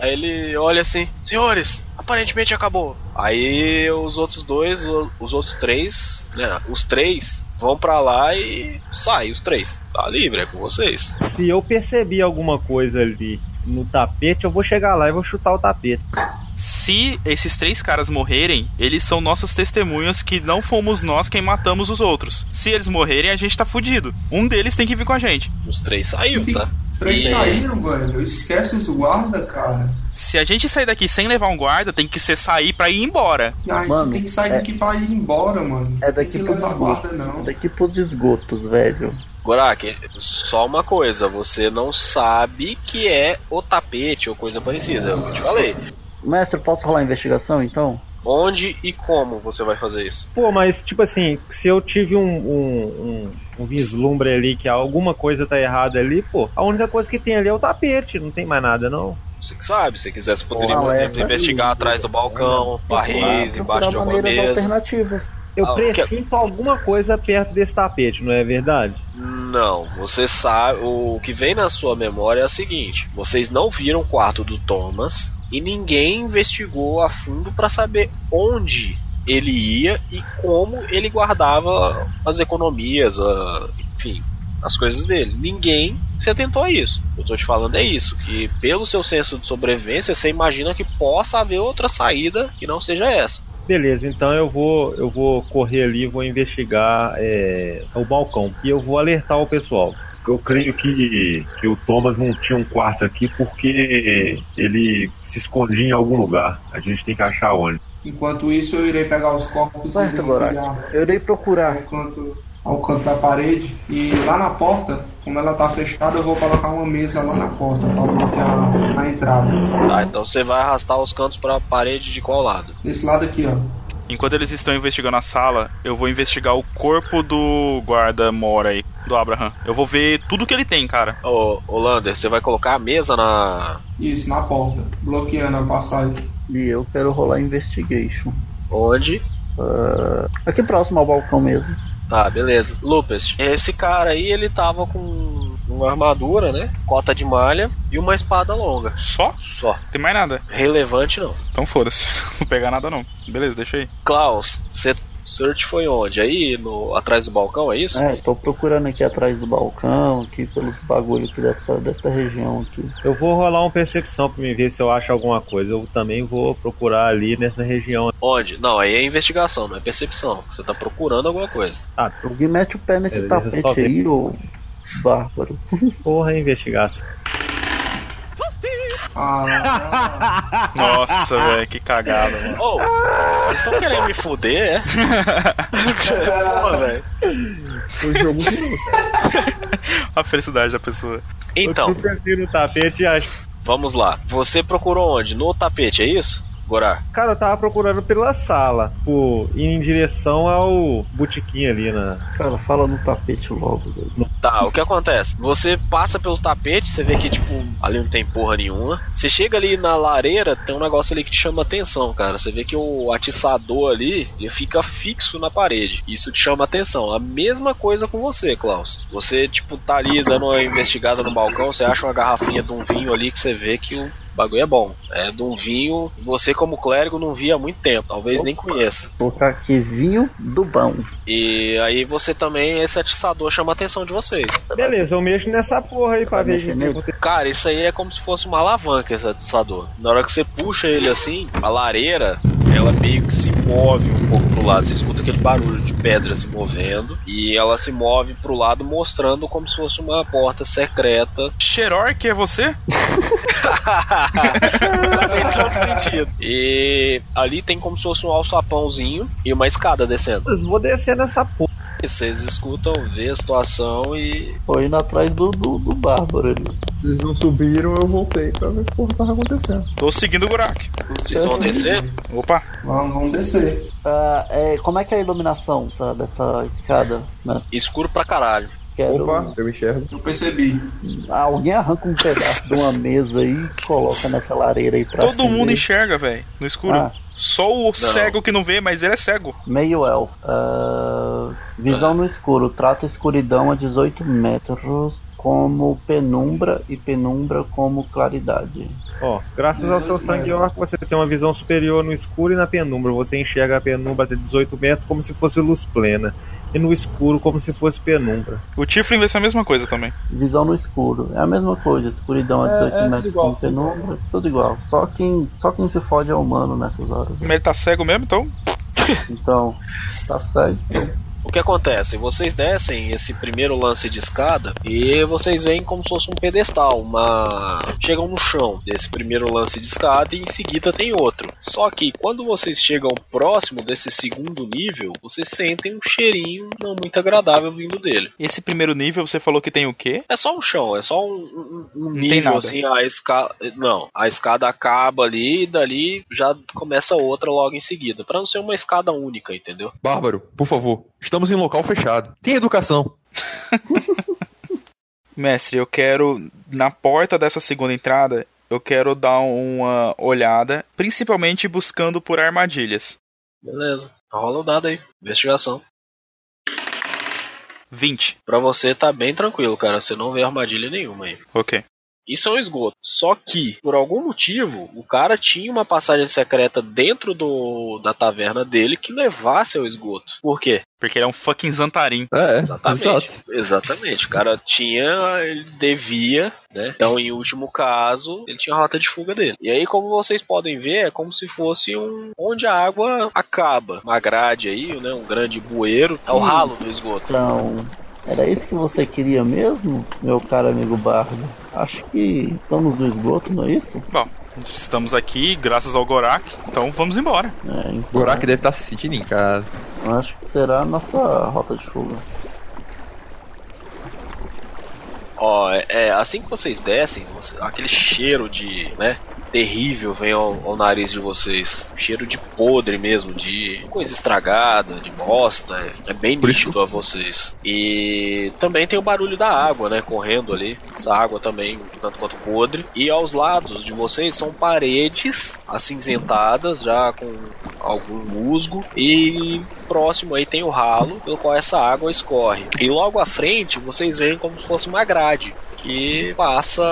[SPEAKER 2] Aí ele olha assim, senhores, aparentemente acabou. Aí os outros dois, o- os outros três, né? Os três vão pra lá e sai, os três. Tá livre, é com vocês.
[SPEAKER 5] Se eu percebi alguma coisa ali no tapete, eu vou chegar lá e vou chutar o tapete.
[SPEAKER 3] Se esses três caras morrerem, eles são nossos testemunhas que não fomos nós quem matamos os outros. Se eles morrerem, a gente tá fudido. Um deles tem que vir com a gente.
[SPEAKER 2] Os três saíram, tá?
[SPEAKER 6] Três
[SPEAKER 2] Ih.
[SPEAKER 6] saíram, velho. Esquece os guarda, cara.
[SPEAKER 3] Se a gente sair daqui sem levar um guarda, tem que ser sair pra ir embora.
[SPEAKER 6] Ah,
[SPEAKER 7] Mano,
[SPEAKER 6] tem que sair daqui pra ir embora, mano.
[SPEAKER 7] É
[SPEAKER 6] Tem
[SPEAKER 7] daqui
[SPEAKER 6] que
[SPEAKER 7] pro
[SPEAKER 6] levar guarda, não.
[SPEAKER 7] Daqui pros esgotos, velho.
[SPEAKER 2] Gorak, só uma coisa, você não sabe que é o tapete ou coisa parecida, é eu te falei.
[SPEAKER 7] Mestre, eu posso rolar a investigação então?
[SPEAKER 2] Onde e como você vai fazer isso?
[SPEAKER 5] Pô, mas tipo assim, se eu tive um, um, um- um vislumbre ali que alguma coisa tá errada ali, pô, a única coisa que tem ali é o tapete, não tem mais nada, não.
[SPEAKER 2] Você que sabe, se quisesse poderia,
[SPEAKER 7] Bom,
[SPEAKER 2] por
[SPEAKER 7] é,
[SPEAKER 2] exemplo,
[SPEAKER 7] é,
[SPEAKER 2] investigar
[SPEAKER 7] é,
[SPEAKER 2] atrás do balcão, barris, embaixo
[SPEAKER 7] Procurar-
[SPEAKER 2] de
[SPEAKER 7] procurar
[SPEAKER 2] alguma
[SPEAKER 7] maneiras
[SPEAKER 2] mesa.
[SPEAKER 7] alternativas.
[SPEAKER 5] Eu
[SPEAKER 2] Ah, o que-
[SPEAKER 5] precinto alguma coisa perto desse tapete, não é verdade?
[SPEAKER 2] Não, você sabe. O que vem na sua memória é o seguinte: vocês não viram o quarto do Thomas e ninguém investigou a fundo para saber onde ele ia e como ele guardava as economias, a- enfim, as coisas dele. Ninguém se atentou a isso. Eu tô te falando é isso: que pelo seu senso de sobrevivência, você imagina que possa haver outra saída que não seja essa.
[SPEAKER 5] Beleza, então eu vou eu vou correr ali, vou investigar é, o balcão e eu vou alertar o pessoal.
[SPEAKER 4] Eu creio que, que o Thomas não tinha um quarto aqui porque ele se escondia em algum lugar. A gente tem que achar onde.
[SPEAKER 6] Enquanto isso, eu irei pegar os corpos
[SPEAKER 7] Certo,
[SPEAKER 6] e
[SPEAKER 7] Gorak.
[SPEAKER 6] mergulhar
[SPEAKER 7] Eu irei procurar.
[SPEAKER 6] ao canto, ao canto da parede. E lá na porta, como ela tá fechada, eu vou colocar uma mesa lá na porta pra bloquear a entrada.
[SPEAKER 2] Tá, então você vai arrastar os cantos para a parede de qual lado?
[SPEAKER 6] Desse lado aqui, ó.
[SPEAKER 3] Enquanto eles estão investigando a sala, eu vou investigar o corpo do guarda mora aí, do Abraham. Eu vou ver tudo que ele tem, cara.
[SPEAKER 2] Ô, ô Lander, você vai colocar a mesa na.
[SPEAKER 6] Isso, na porta. Bloqueando a passagem.
[SPEAKER 7] E eu quero rolar investigation.
[SPEAKER 2] Onde?
[SPEAKER 7] Aqui próximo ao balcão mesmo.
[SPEAKER 2] Tá, beleza. Lupus, esse cara aí, ele tava com uma armadura, né? Cota de malha e uma espada longa.
[SPEAKER 3] Só?
[SPEAKER 2] Só.
[SPEAKER 3] Tem mais nada.
[SPEAKER 2] Relevante não.
[SPEAKER 3] Então foda-se. Não pegar nada não. Beleza, deixa aí.
[SPEAKER 2] Klaus, você. Search foi onde? Aí no, atrás do balcão, é isso?
[SPEAKER 7] É, tô procurando aqui atrás do balcão, aqui pelos bagulhos aqui dessa, dessa região aqui.
[SPEAKER 5] Eu vou rolar uma percepção pra me ver se eu acho alguma coisa. Eu também vou procurar ali nessa região.
[SPEAKER 2] Onde? Não, aí é investigação, não é percepção. Você tá procurando alguma coisa.
[SPEAKER 5] Ah,
[SPEAKER 7] Alguém mete o pé nesse
[SPEAKER 5] Beleza, só
[SPEAKER 7] tapete
[SPEAKER 5] ver.
[SPEAKER 7] aí, ô bárbaro.
[SPEAKER 5] porra, investigação.
[SPEAKER 6] Ah,
[SPEAKER 3] Nossa, velho, que cagada, mano.
[SPEAKER 2] Oh, vocês estão querendo me fuder, é? Pô, velho.
[SPEAKER 7] O jogo
[SPEAKER 3] A felicidade da pessoa.
[SPEAKER 2] Então,
[SPEAKER 5] Eu prefiro o tapete e acho.
[SPEAKER 2] vamos lá. Você procurou onde? No tapete, é isso? Gorá.
[SPEAKER 5] Cara, eu tava procurando pela sala, por ir em direção ao botequim ali na.
[SPEAKER 7] Cara, fala no tapete logo, velho.
[SPEAKER 2] Tá, o que acontece? Você passa pelo tapete, você vê que, tipo, ali não tem porra nenhuma. Você chega ali na lareira, tem um negócio ali que te chama atenção, cara. Você vê que o atiçador ali, ele fica fixo na parede. Isso te chama atenção. A mesma coisa com você, Klaus. Você, tipo, tá ali dando uma investigada no balcão, você acha uma garrafinha de um vinho ali que você vê que o bagulho é bom. É de um vinho, que você como clérigo não via há muito tempo, talvez nem conheça.
[SPEAKER 7] Vou colocar aqui vinho do bom.
[SPEAKER 2] E aí você também, esse atiçador chama a atenção de vocês.
[SPEAKER 5] Beleza, eu mexo nessa porra aí pra
[SPEAKER 7] Tá Vai
[SPEAKER 5] ver o
[SPEAKER 7] mexer
[SPEAKER 5] que que
[SPEAKER 7] nele?
[SPEAKER 5] acontece.
[SPEAKER 2] Cara, isso aí é como se fosse uma alavanca, esse atiçador. Na hora que você puxa ele assim, a lareira, ela meio que se move um pouco pro lado. Você escuta aquele barulho de pedra se movendo e ela se move pro lado, mostrando como se fosse uma porta secreta.
[SPEAKER 3] Xeror, que é você?
[SPEAKER 2] Tá bem, todo sentido. e ali tem como se fosse um alçapãozinho e uma escada descendo.
[SPEAKER 5] Eu Vou descer nessa porra.
[SPEAKER 2] E vocês escutam, vê a situação e
[SPEAKER 7] Tô indo atrás do, do, do bárbaro ali.
[SPEAKER 8] Vocês não subiram, eu voltei pra ver o que tava acontecendo.
[SPEAKER 3] Tô seguindo o Gorak.
[SPEAKER 2] vocês vão descer.
[SPEAKER 3] Opa.
[SPEAKER 6] vamos, vamos descer.
[SPEAKER 7] Ah, é, como é que é a iluminação dessa, dessa escada? Né?
[SPEAKER 2] Escuro pra caralho.
[SPEAKER 7] Quero...
[SPEAKER 8] Opa, eu enxergo.
[SPEAKER 6] Eu percebi.
[SPEAKER 7] Alguém arranca um pedaço de uma mesa aí e coloca nessa lareira aí pra
[SPEAKER 3] Todo mundo
[SPEAKER 7] acender.
[SPEAKER 3] enxerga, velho. No escuro.
[SPEAKER 7] Ah,
[SPEAKER 3] Só o cego que não vê, mas ele é cego.
[SPEAKER 7] meio elfo. Ah, visão no escuro. Trata a escuridão a 18 metros como penumbra e penumbra como claridade.
[SPEAKER 5] Ó, graças ao seu sangue orco, você tem uma visão superior no escuro e na penumbra. Você enxerga a penumbra até 18 metros como se fosse luz plena. E no escuro como se fosse penumbra.
[SPEAKER 3] O Tiflin vê se é a mesma coisa também.
[SPEAKER 7] Visão no escuro. É a mesma coisa. Escuridão a
[SPEAKER 8] É,
[SPEAKER 7] 18
[SPEAKER 8] é tudo
[SPEAKER 7] metros
[SPEAKER 8] igual.
[SPEAKER 7] como penumbra. Tudo igual. Só quem, só quem se fode é humano nessas horas.
[SPEAKER 3] Mas ele tá cego mesmo, então.
[SPEAKER 7] Então, tá certo.
[SPEAKER 6] Ô,
[SPEAKER 2] O que acontece? Vocês descem esse primeiro lance de escada e vocês veem como se fosse um pedestal, uma chegam no chão desse primeiro lance de escada e em seguida tem outro. Só que quando vocês chegam próximo desse segundo nível, vocês sentem um cheirinho não muito agradável vindo dele.
[SPEAKER 3] Esse primeiro nível você falou que tem o quê?
[SPEAKER 2] É só um chão, é só um, um- um
[SPEAKER 3] Não tem
[SPEAKER 2] nível
[SPEAKER 3] nada.
[SPEAKER 2] assim, a escada. Não, a escada acaba ali e dali já começa outra logo em seguida. Pra não ser uma escada única, entendeu?
[SPEAKER 9] Bárbaro, por favor, estamos em local fechado. Tem educação.
[SPEAKER 3] Mestre, eu quero na porta dessa segunda entrada, eu quero dar uma olhada, principalmente buscando por armadilhas.
[SPEAKER 2] Beleza. Rola o dado aí. Investigação.
[SPEAKER 3] 20.
[SPEAKER 2] Pra você tá bem tranquilo, cara. Você não vê armadilha nenhuma aí.
[SPEAKER 3] OK.
[SPEAKER 2] Isso é um esgoto. Só que, por algum motivo, o cara tinha uma passagem secreta dentro do, da taverna dele que levasse ao esgoto. Por quê?
[SPEAKER 3] Porque ele é um fucking Zantarim.
[SPEAKER 9] É,
[SPEAKER 2] Exatamente.
[SPEAKER 9] exato.
[SPEAKER 2] Exatamente. O cara tinha, ele devia, né? Então, em último caso, ele tinha a rota de fuga dele. E aí, como vocês podem ver, é como se fosse um onde a água acaba, uma grade aí, né, um grande bueiro, é o ralo do esgoto.
[SPEAKER 7] Então, era isso que você queria mesmo, meu caro amigo Bardo? Acho que estamos no esgoto, não é isso?
[SPEAKER 3] Estamos aqui graças ao Gorak, então vamos embora.
[SPEAKER 7] É, então,
[SPEAKER 9] O Gorak deve estar se sentindo em casa.
[SPEAKER 7] Acho que será a nossa rota de fuga.
[SPEAKER 2] Ó, é, é, assim que vocês descem, você- aquele cheiro de, né, terrível vem ao, ao nariz de vocês. Cheiro de podre mesmo, de coisa estragada, de bosta. É, é bem
[SPEAKER 9] Por isso-
[SPEAKER 2] nítido a vocês. E também tem o barulho da água, né, correndo ali. Essa água também, um tanto quanto podre. E aos lados de vocês são paredes acinzentadas, já com algum musgo. E próximo aí tem o ralo pelo qual essa água escorre. E logo à frente vocês veem como se fosse uma grade que passa.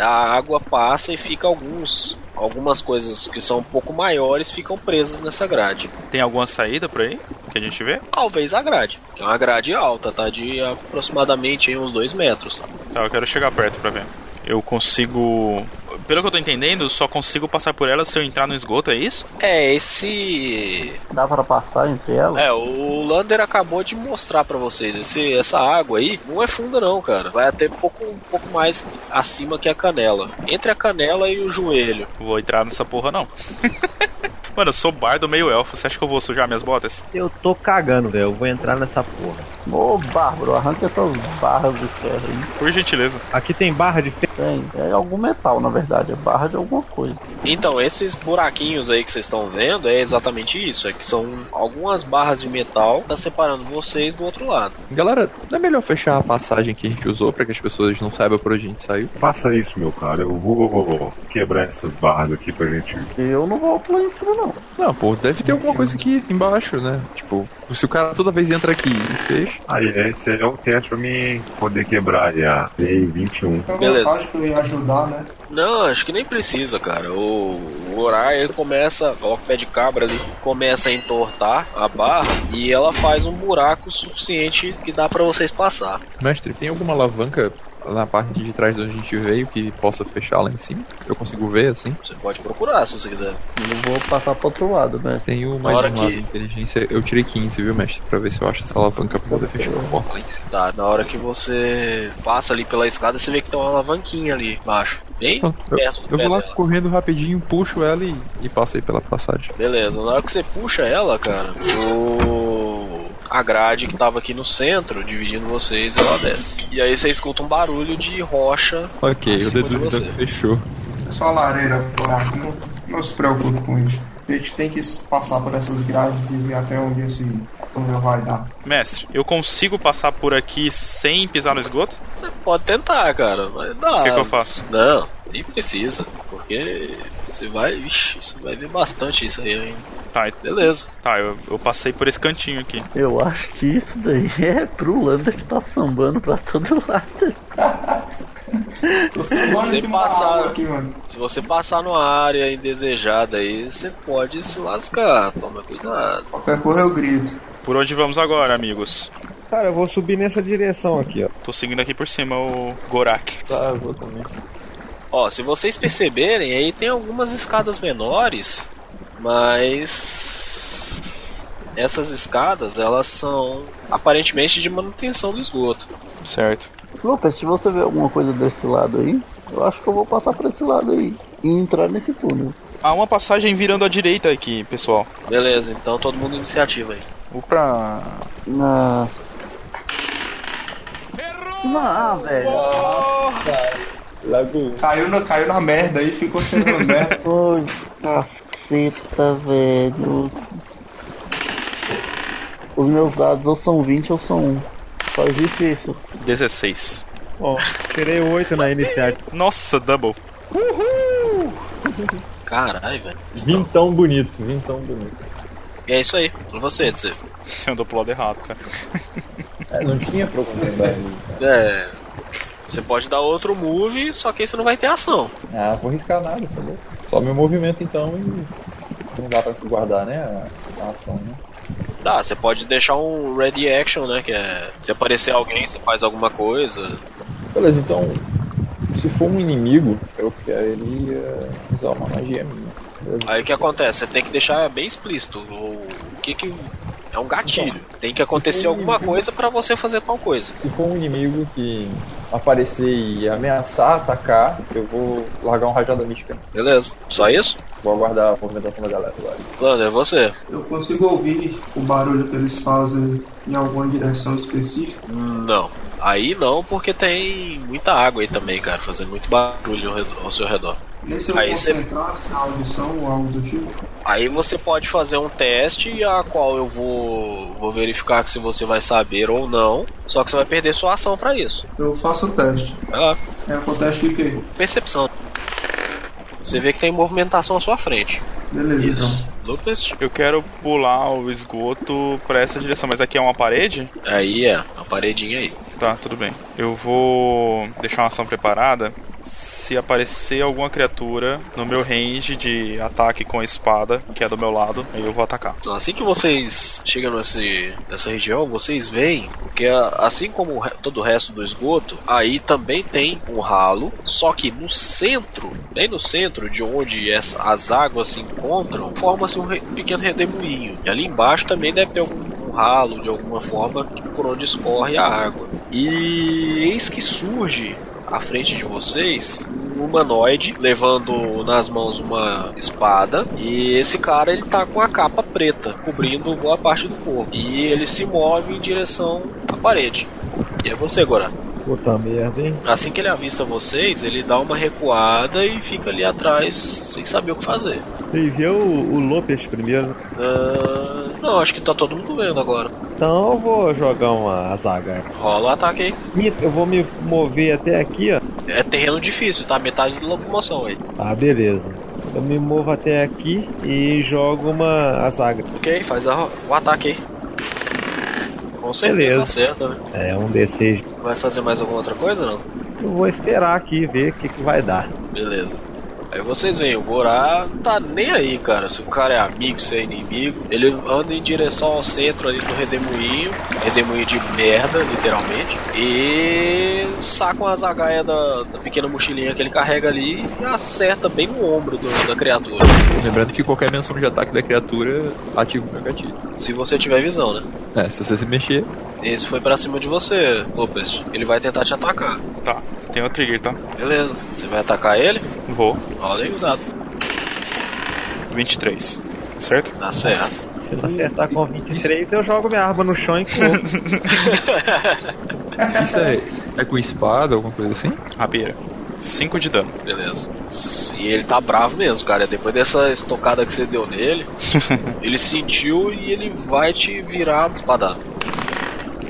[SPEAKER 2] A água passa e fica alguns. Algumas coisas que são um pouco maiores ficam presas nessa grade.
[SPEAKER 3] Tem alguma saída por aí que a gente vê?
[SPEAKER 2] Talvez a grade. que É uma grade alta, tá? De aproximadamente aí, uns dois metros.
[SPEAKER 3] Tá, eu quero chegar perto pra ver. Eu consigo. Pelo que eu tô entendendo, eu só consigo passar por ela se eu entrar no esgoto, é isso?
[SPEAKER 2] É, esse.
[SPEAKER 7] Dá pra passar entre elas?
[SPEAKER 2] É, o Lander acabou de mostrar pra vocês. Esse, essa água aí não é funda, não, cara. Vai até um pouco, um pouco mais acima que a canela. Entre a canela e o joelho.
[SPEAKER 3] Vou entrar nessa porra não. Mano, eu sou bardo meio elfo, você acha que eu vou sujar minhas botas?
[SPEAKER 5] Eu tô cagando, velho. Eu vou entrar nessa porra.
[SPEAKER 7] Ô, Bárbaro, arranca essas barras de ferro aí.
[SPEAKER 3] Por gentileza.
[SPEAKER 5] Aqui tem barra de ferro.
[SPEAKER 7] Tem. É algum metal, na verdade. É barra de alguma coisa.
[SPEAKER 2] Então, esses buraquinhos aí que vocês estão vendo é exatamente isso. É que são algumas barras de metal que tá separando vocês do outro lado.
[SPEAKER 9] Galera, não é melhor fechar a passagem que a gente usou pra que as pessoas não saibam por onde a gente saiu?
[SPEAKER 4] Faça isso, meu cara. Eu vou quebrar essas barras aqui pra gente.
[SPEAKER 7] Eu não volto lá em cima, não.
[SPEAKER 9] Não, pô, deve ter alguma coisa aqui embaixo, né? Tipo, se o cara toda vez entra aqui e fecha.
[SPEAKER 4] Aí, esse é o teste pra mim poder quebrar aí a Tem 21.
[SPEAKER 6] Fica à
[SPEAKER 2] Beleza.
[SPEAKER 6] vontade que Então, eu ia ajudar, né?
[SPEAKER 2] Não, acho que nem precisa, cara. O, o Orai ele começa, coloca o pé de cabra ali, começa a entortar a barra e ela faz um buraco suficiente que dá pra vocês passar.
[SPEAKER 9] Mestre, tem alguma alavanca na parte de trás de onde a gente veio que possa fechar lá em cima? Eu consigo ver assim?
[SPEAKER 2] Você pode procurar se você quiser.
[SPEAKER 7] Eu vou passar pro outro lado, né?
[SPEAKER 9] Tenho mais
[SPEAKER 2] hora
[SPEAKER 9] um lado
[SPEAKER 2] que-
[SPEAKER 9] de inteligência. Eu tirei 15, viu, mestre? Pra ver se eu acho essa alavanca pra poder fechar a porta lá em cima.
[SPEAKER 2] Tá, na hora que você passa ali pela escada, você vê que tem uma alavanquinha ali embaixo. Bem
[SPEAKER 9] Pronto, eu,
[SPEAKER 2] perto do
[SPEAKER 9] eu
[SPEAKER 2] pé
[SPEAKER 9] vou lá
[SPEAKER 2] dela.
[SPEAKER 9] correndo rapidinho, puxo ela e, e passei pela passagem.
[SPEAKER 2] Beleza, na hora que você puxa ela, cara, o... a grade que tava aqui no centro, dividindo vocês, ela desce. E aí você escuta um barulho de rocha.
[SPEAKER 9] Ok, o
[SPEAKER 2] Acima de
[SPEAKER 9] dedo
[SPEAKER 2] você.
[SPEAKER 9] então fechou.
[SPEAKER 6] É só lareira, buraco. né? Não, não se preocupe com isso. A gente tem que passar por essas grades e ver até onde esse túnel vai dar.
[SPEAKER 3] Mestre, eu consigo passar por aqui sem pisar no esgoto?
[SPEAKER 2] Você pode tentar, cara, mas dá.
[SPEAKER 3] O que que eu faço?
[SPEAKER 2] Não, nem precisa, porque você vai. Ixi, você vai ver bastante isso aí ainda.
[SPEAKER 3] Tá,
[SPEAKER 2] Beleza.
[SPEAKER 3] tá, eu, eu passei por esse cantinho aqui.
[SPEAKER 7] Eu acho que isso daí é pro Lander que tá sambando pra todo lado.
[SPEAKER 6] Tô sambando
[SPEAKER 2] Sem
[SPEAKER 6] em cima da
[SPEAKER 2] passar.
[SPEAKER 6] água aqui, mano.
[SPEAKER 2] Se você passar numa área indesejada aí, você pode se lascar. Toma cuidado.
[SPEAKER 6] Qualquer coisa eu grito.
[SPEAKER 3] Por onde vamos agora, amigos?
[SPEAKER 5] Cara, eu vou subir nessa direção aqui, ó.
[SPEAKER 3] Tô seguindo aqui por cima o Gorak.
[SPEAKER 9] Tá, eu vou também.
[SPEAKER 2] Ó, se vocês perceberem, aí tem algumas escadas menores, mas Essas escadas, elas são aparentemente de manutenção do esgoto.
[SPEAKER 3] Certo.
[SPEAKER 7] Lucas, se você vê alguma coisa desse lado aí, eu acho que eu vou passar pra esse lado aí e entrar nesse túnel.
[SPEAKER 3] Há uma passagem virando à direita aqui, pessoal.
[SPEAKER 2] Beleza, então todo mundo iniciativa aí.
[SPEAKER 3] Opa!
[SPEAKER 7] Na. Ah, velho.
[SPEAKER 8] Lagoa.
[SPEAKER 6] Caiu na, caiu na merda aí, ficou cheirando merda.
[SPEAKER 7] Oi, caceta, velho. Os meus dados ou são 20 ou são 1. Só existe isso.
[SPEAKER 3] 16.
[SPEAKER 5] Ó, tirei oito na iniciativa.
[SPEAKER 3] Nossa, double.
[SPEAKER 2] Caralho, velho. Então,
[SPEAKER 8] Vintão bonito, vintão bonito.
[SPEAKER 2] é isso aí, pra você, Edson.
[SPEAKER 3] Você andou pro lado errado, cara.
[SPEAKER 8] É, não tinha proximidade. cara.
[SPEAKER 2] É. Você pode dar outro move, só que aí você não vai ter ação.
[SPEAKER 8] Ah, vou riscar nada, sabe? Só meu movimento então e. Não dá pra se guardar, né? A, a ação, né?
[SPEAKER 2] Dá, você pode deixar um ready action, né? Que é. Se aparecer alguém, você faz alguma coisa.
[SPEAKER 8] Beleza, então. Se for um inimigo, eu queria
[SPEAKER 9] eh,
[SPEAKER 8] usar uma magia minha. Beleza?
[SPEAKER 2] Aí o que acontece? Você tem que deixar bem explícito o o que que. É um gatilho.
[SPEAKER 8] Então,
[SPEAKER 2] Tem que acontecer
[SPEAKER 8] um
[SPEAKER 2] alguma coisa pra você fazer tal coisa.
[SPEAKER 8] Se for um inimigo que aparecer e ameaçar, atacar, eu vou largar um rajada mística.
[SPEAKER 2] Beleza? Só isso?
[SPEAKER 8] Vou aguardar a movimentação da galera agora.
[SPEAKER 2] Lander, é você.
[SPEAKER 6] Eu consigo ouvir o barulho que eles fazem em alguma direção específica.
[SPEAKER 2] Não. Aí não, porque tem muita água aí também, cara, fazendo muito barulho ao redor- ao seu redor.
[SPEAKER 6] Nem se eu
[SPEAKER 2] Aí cê-
[SPEAKER 6] concentrar se na audição ou algo do tipo.
[SPEAKER 2] Aí você pode fazer um teste, a qual eu vou, vou verificar se você vai saber ou não. Só que você vai perder sua ação pra isso.
[SPEAKER 6] Eu faço o teste.
[SPEAKER 2] Vai lá.
[SPEAKER 6] É o teste de quê?
[SPEAKER 2] Percepção. Você vê que tem movimentação à sua frente.
[SPEAKER 6] Beleza, então.
[SPEAKER 2] Lucas?
[SPEAKER 3] Eu quero pular o esgoto pra essa direção, mas aqui é uma parede?
[SPEAKER 2] Aí é, uma paredinha aí.
[SPEAKER 3] Tá, tudo bem. Eu vou deixar uma ação preparada. Se aparecer alguma criatura no meu range de ataque com a espada, que é do meu lado, aí eu vou atacar.
[SPEAKER 2] Então, Assim que vocês chegam nesse, nessa região, vocês veem que, a- assim como o re- todo o resto do esgoto, aí também tem um ralo. Só que no centro, bem no centro de onde essa- as águas se encontram, forma-se um re- pequeno redemoinho. E ali embaixo também deve ter algum um ralo de alguma forma por onde escorre a água. E eis que surge à frente de vocês um humanoide levando nas mãos uma espada e esse cara ele tá com a capa preta cobrindo boa parte do corpo e ele se move em direção à parede. E é você, Goran.
[SPEAKER 5] Puta merda, hein?
[SPEAKER 2] Assim que ele avista vocês, ele dá uma recuada e fica ali atrás sem saber o que fazer.
[SPEAKER 5] E vê o, o Lopes primeiro.
[SPEAKER 2] Ah, não, acho que tá todo mundo vendo agora.
[SPEAKER 5] Então eu vou jogar uma zaga.
[SPEAKER 2] Rola o ataque aí.
[SPEAKER 5] Me- Eu vou me mover até aqui, ó.
[SPEAKER 2] É terreno difícil, tá? Metade da locomoção aí.
[SPEAKER 5] Ah, beleza. Eu me movo até aqui e jogo uma a zaga.
[SPEAKER 2] Ok, faz a ro- o ataque aí. Com certeza
[SPEAKER 5] Beleza.
[SPEAKER 2] acerta, né?
[SPEAKER 5] É, um D6.
[SPEAKER 2] Vai fazer mais alguma outra coisa não?
[SPEAKER 5] Eu vou esperar aqui ver o que, que vai dar.
[SPEAKER 2] Beleza. Aí vocês veem, o Gorá não tá nem aí, cara. Se o cara é amigo, se é inimigo. Ele anda em direção ao centro ali do redemoinho. Redemoinho de merda, literalmente. E saca uma zagaia da, da pequena mochilinha que ele carrega ali e acerta bem no ombro do- da criatura.
[SPEAKER 9] Lembrando que qualquer menção de ataque da criatura ativa o meu gatilho.
[SPEAKER 2] Se você tiver visão, né?
[SPEAKER 9] É, se você se mexer.
[SPEAKER 2] Esse foi pra cima de você, Lopes. Ele vai tentar te atacar.
[SPEAKER 3] Tem o trigger, tá?
[SPEAKER 2] Beleza. Você vai atacar ele?
[SPEAKER 3] Vou.
[SPEAKER 2] Rola aí o dado.
[SPEAKER 3] 23. Certo?
[SPEAKER 2] Dá Tá certo.
[SPEAKER 5] Se não acertar com 23, eu jogo minha arma no chão e corro.
[SPEAKER 9] Isso é, é com espada, alguma coisa assim?
[SPEAKER 3] Rabeira. 5 de dano.
[SPEAKER 2] Beleza. E ele tá bravo mesmo, cara. Depois dessa estocada que você deu nele, ele sentiu e ele vai te virar espadado.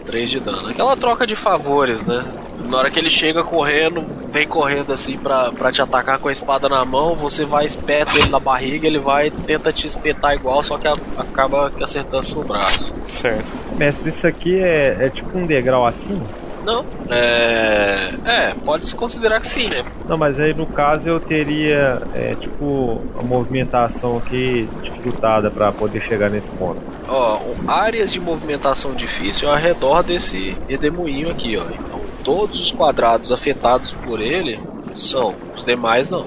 [SPEAKER 2] 3 de dano. Aquela troca de favores, né? Na hora que ele chega correndo, vem correndo assim pra, pra te atacar com a espada na mão, você vai espeta ele na barriga, ele vai tenta te espetar igual, só que a- acaba que acertando seu braço.
[SPEAKER 3] Certo.
[SPEAKER 5] Mestre, isso aqui é, é tipo um degrau assim?
[SPEAKER 2] Não, é. É, pode se considerar que sim, né?
[SPEAKER 5] Não, mas aí no caso eu teria, é, tipo, a movimentação aqui dificultada pra poder chegar nesse ponto.
[SPEAKER 2] Ó, o- áreas de movimentação difícil ao redor desse redemoinho aqui, ó. Então, todos os quadrados afetados por ele são, os demais não.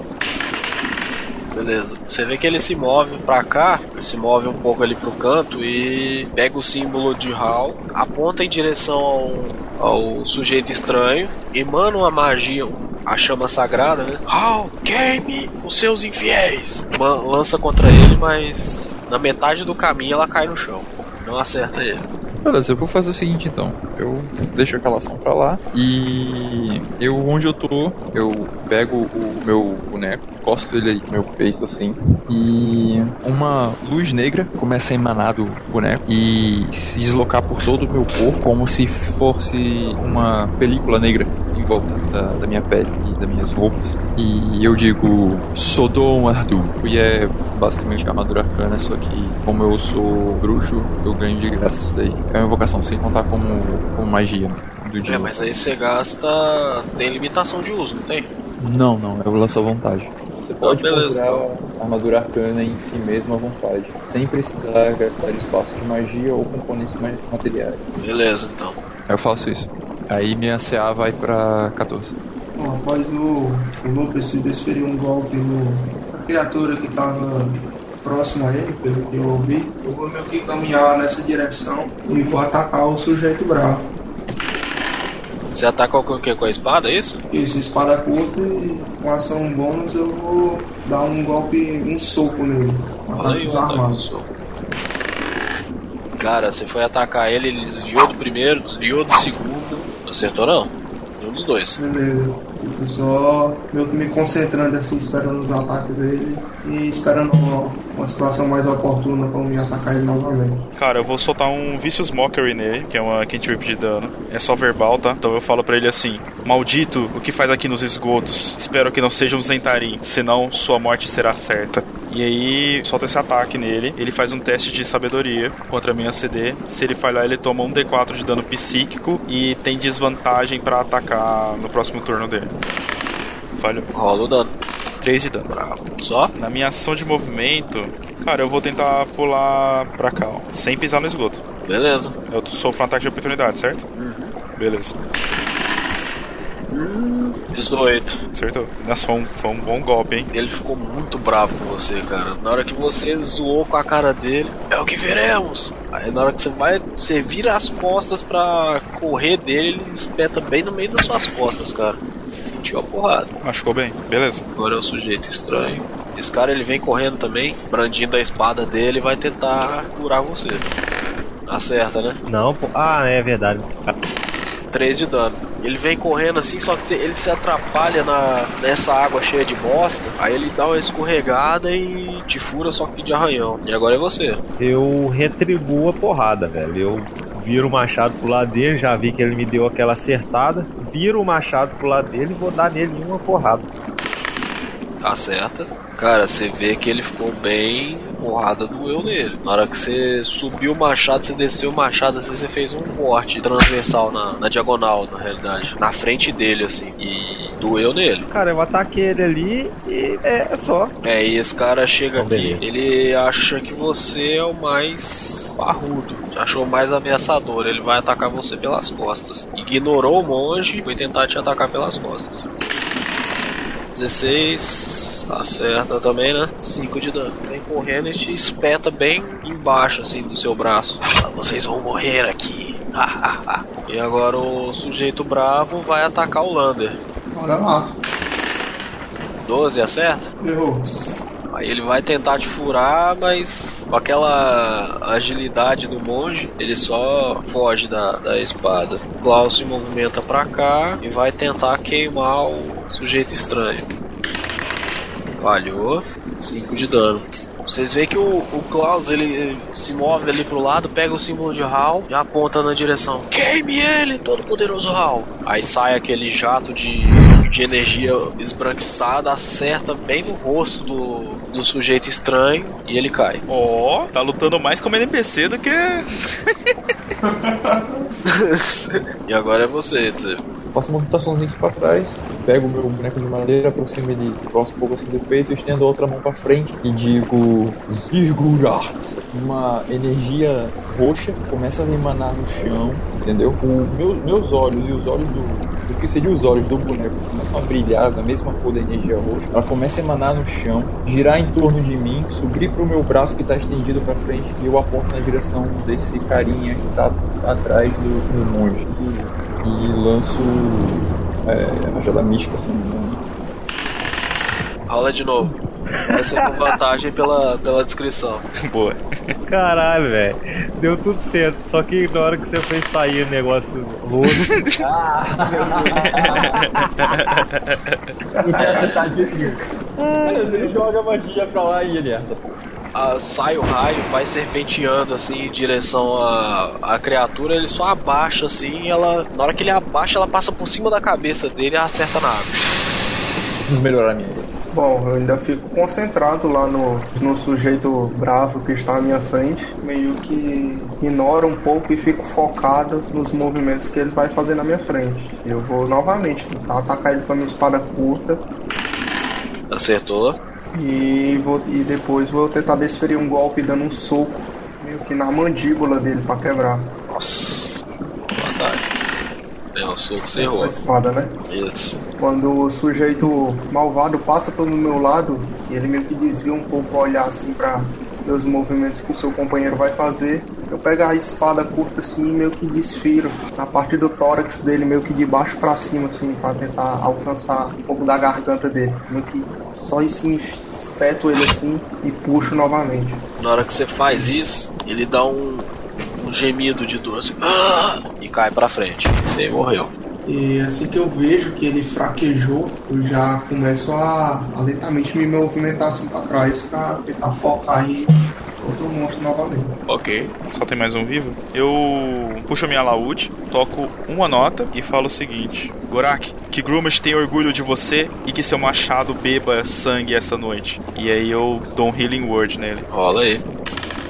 [SPEAKER 2] Beleza. Você vê que ele se move pra cá, ele se move um pouco ali pro canto e pega o símbolo de Hal, aponta em direção ao, ao sujeito estranho e manda uma magia, um a chama sagrada, né? Hal, queime os seus infiéis! Ma- lança contra ele, mas na metade do caminho ela cai no chão. Não acerta ele.
[SPEAKER 1] Beleza, eu vou fazer o seguinte então. Eu deixo aquela ação pra lá e eu onde eu tô, eu pego o meu boneco, encosto ele aí no meu peito assim, e uma luz negra começa a emanar do boneco e se deslocar por todo o meu corpo como se fosse uma película negra em volta da, da minha pele e das minhas roupas. E eu digo Sodom Ardu, e é basicamente armadura arcana, só que como eu sou bruxo, eu ganho de graça isso daí. É uma invocação, sem contar como, como magia do dia.
[SPEAKER 2] É, mas aí você gasta. Tem limitação de uso, não tem?
[SPEAKER 1] Não, não, eu lanço à vontade. Você
[SPEAKER 2] pode beleza.
[SPEAKER 1] a armadura arcana em si mesma à vontade, sem precisar gastar espaço de magia ou componentes materiais.
[SPEAKER 2] Beleza, então.
[SPEAKER 1] Eu faço isso. Aí minha CA vai pra 14.
[SPEAKER 6] Bom, então. após o, o Lupus desferir um golpe no, na criatura que estava próximo a ele, pelo que eu ouvi, eu vou meio que caminhar nessa direção e vou atacar o sujeito bravo.
[SPEAKER 2] Você ataca com o quê? Com a espada, é isso?
[SPEAKER 6] Isso, espada curta e com ação bônus eu vou dar um golpe, um soco nele. Um
[SPEAKER 2] Fala
[SPEAKER 6] ataque
[SPEAKER 2] aí, ataque
[SPEAKER 6] desarmado.
[SPEAKER 2] do soco. Cara, você foi atacar ele, ele desviou do primeiro, desviou do segundo. Acertou não? Nenhum dos dois.
[SPEAKER 6] Beleza. Fico só meio que me concentrando assim, esperando os ataques dele e esperando uma, uma situação mais oportuna para me atacar ele novamente.
[SPEAKER 3] Cara, eu vou soltar um Vicious Mockery nele, que é uma cantrip de dano. É só verbal, tá? Então eu falo pra ele assim: Maldito o que faz aqui nos esgotos. Espero que não seja um Zentarim, senão sua morte será certa. E aí, solta esse ataque nele. Ele faz um teste de sabedoria contra a minha CD. Se ele falhar, ele toma um D4 de dano psíquico e tem desvantagem pra atacar no próximo turno dele. Falhou.
[SPEAKER 2] Rola o dano.
[SPEAKER 3] 3 de dano.
[SPEAKER 2] Bravo. Só?
[SPEAKER 3] Na minha ação de movimento, cara, eu vou tentar pular pra cá, ó, sem pisar no esgoto.
[SPEAKER 2] Beleza.
[SPEAKER 3] Eu sofro um ataque de oportunidade, certo?
[SPEAKER 2] Uhum.
[SPEAKER 3] Beleza,
[SPEAKER 2] Hum, 18.
[SPEAKER 3] acertou. Nossa, foi um, foi um bom golpe, hein?
[SPEAKER 2] Ele ficou muito bravo com você, cara. Na hora que você zoou com a cara dele, é o que veremos. Aí na hora que você vai, você vira as costas pra correr dele, ele espeta bem no meio das suas costas, cara. Você sentiu a porrada.
[SPEAKER 3] Machucou bem, beleza.
[SPEAKER 2] Agora é o sujeito estranho. Esse cara ele vem correndo também, brandindo a espada dele e vai tentar curar você. Acerta, né?
[SPEAKER 5] Não, pô. Ah, é verdade.
[SPEAKER 2] 3 de dano. Ele vem correndo assim, só que se- ele se atrapalha na, nessa água cheia de bosta. Aí ele dá uma escorregada e te fura, só que de arranhão. E agora é você.
[SPEAKER 5] Eu retribuo a porrada, velho. Eu viro o machado pro lado dele, já vi que ele me deu aquela acertada. Viro o machado pro lado dele e vou dar nele uma porrada.
[SPEAKER 2] Acerta. Cara, você vê que ele ficou bem porrada doeu nele. Na hora que você subiu o machado, você desceu o machado, assim, você fez um corte transversal na, na diagonal, na realidade. Na frente dele, assim. E doeu nele.
[SPEAKER 5] Cara, eu ataquei ele ali e é só.
[SPEAKER 2] É, e esse cara chega
[SPEAKER 5] Então,
[SPEAKER 2] aqui,
[SPEAKER 5] beleza.
[SPEAKER 2] ele acha que você é o mais parrudo, achou mais ameaçador, ele vai atacar você pelas costas. Ignorou o monge e foi tentar te atacar pelas costas. 16, acerta também, né? 5 de dano. Vem correndo e te espeta bem embaixo, assim, do seu braço. Ah, Vocês vão morrer aqui. e agora o sujeito bravo vai atacar o Lander.
[SPEAKER 6] Bora lá.
[SPEAKER 2] 12, acerta?
[SPEAKER 6] Errou.
[SPEAKER 2] Aí ele vai tentar te furar, mas com aquela agilidade do monge, ele só foge da, da espada. Klaus se movimenta pra cá e vai tentar queimar o sujeito estranho. Falhou, 5 de dano. Vocês veem que o, o Klaus ele se move ali pro lado, pega o símbolo de Hal e aponta na direção. Queime ele, todo poderoso Hal! Aí sai aquele jato de, de energia esbranquiçada, acerta bem no rosto do, do sujeito estranho e ele cai.
[SPEAKER 3] Ó, tá lutando mais como NPC do que.
[SPEAKER 2] e agora é você, Tse.
[SPEAKER 10] Eu faço uma rotaçãozinha aqui pra trás, pego o meu boneco de madeira, aproximo ele próximo um pouco assim do peito, estendo a outra mão pra frente e digo Zirgurat. Uma energia roxa começa a emanar no chão, entendeu? O meu- meus olhos e os olhos do
[SPEAKER 8] do que seriam os olhos do boneco começam a brilhar da mesma cor da energia roxa. Ela começa a emanar no chão, girar em torno de mim, subir pro meu braço que tá estendido pra frente e eu aponto na direção desse carinha que tá atrás do, do monge. E, e lanço é, a rajada mística, assim,
[SPEAKER 2] Rola de novo. Vai ser com vantagem pela, pela descrição.
[SPEAKER 3] Boa.
[SPEAKER 5] Caralho, velho. Deu tudo certo. Só que na hora que você foi sair o negócio roxo.
[SPEAKER 8] Ele joga magia pra lá e ele erra.
[SPEAKER 2] Ah, sai o raio, vai serpenteando assim em direção à, à criatura, ele só abaixa assim e ela. Na hora que ele abaixa, ela passa por cima da cabeça dele e acerta na água.
[SPEAKER 8] Preciso melhorar a minha vida.
[SPEAKER 6] Bom, eu ainda fico concentrado lá no, no sujeito bravo que está à minha frente. Meio que ignoro um pouco e fico focado nos movimentos que ele vai fazer na minha frente. Eu vou novamente tentar atacar ele com a minha espada curta
[SPEAKER 2] Acertou.
[SPEAKER 6] e, vou, e depois vou tentar desferir um golpe dando um soco meio que na mandíbula dele para quebrar.
[SPEAKER 2] Nossa. um Vantagem. É um soco sem
[SPEAKER 6] Com a
[SPEAKER 2] rola.
[SPEAKER 6] espada, né?
[SPEAKER 2] Isso.
[SPEAKER 6] Quando o sujeito malvado passa pelo meu lado, ele meio que desvia um pouco o olhar assim para os movimentos que o seu companheiro vai fazer. Eu pego a espada curta assim e meio que desfiro na parte do tórax dele, meio que de baixo para cima assim, para tentar alcançar um pouco da garganta dele. Meio que só assim espeto ele assim e puxo novamente.
[SPEAKER 2] Na hora que você faz isso, ele dá um, um gemido de dor assim, "Ah!" e cai pra frente. Você morreu.
[SPEAKER 6] E assim que eu vejo que ele fraquejou, eu já começo a, a lentamente me movimentar assim pra trás pra tentar focar em outro monstro novamente.
[SPEAKER 2] Ok.
[SPEAKER 3] Só tem mais um vivo. Eu puxo a minha laúde, toco uma nota e falo o seguinte: Gorak, que Grumas tem orgulho de você e que seu machado beba sangue essa noite. E aí eu dou um Healing Word nele,
[SPEAKER 2] Rola aí.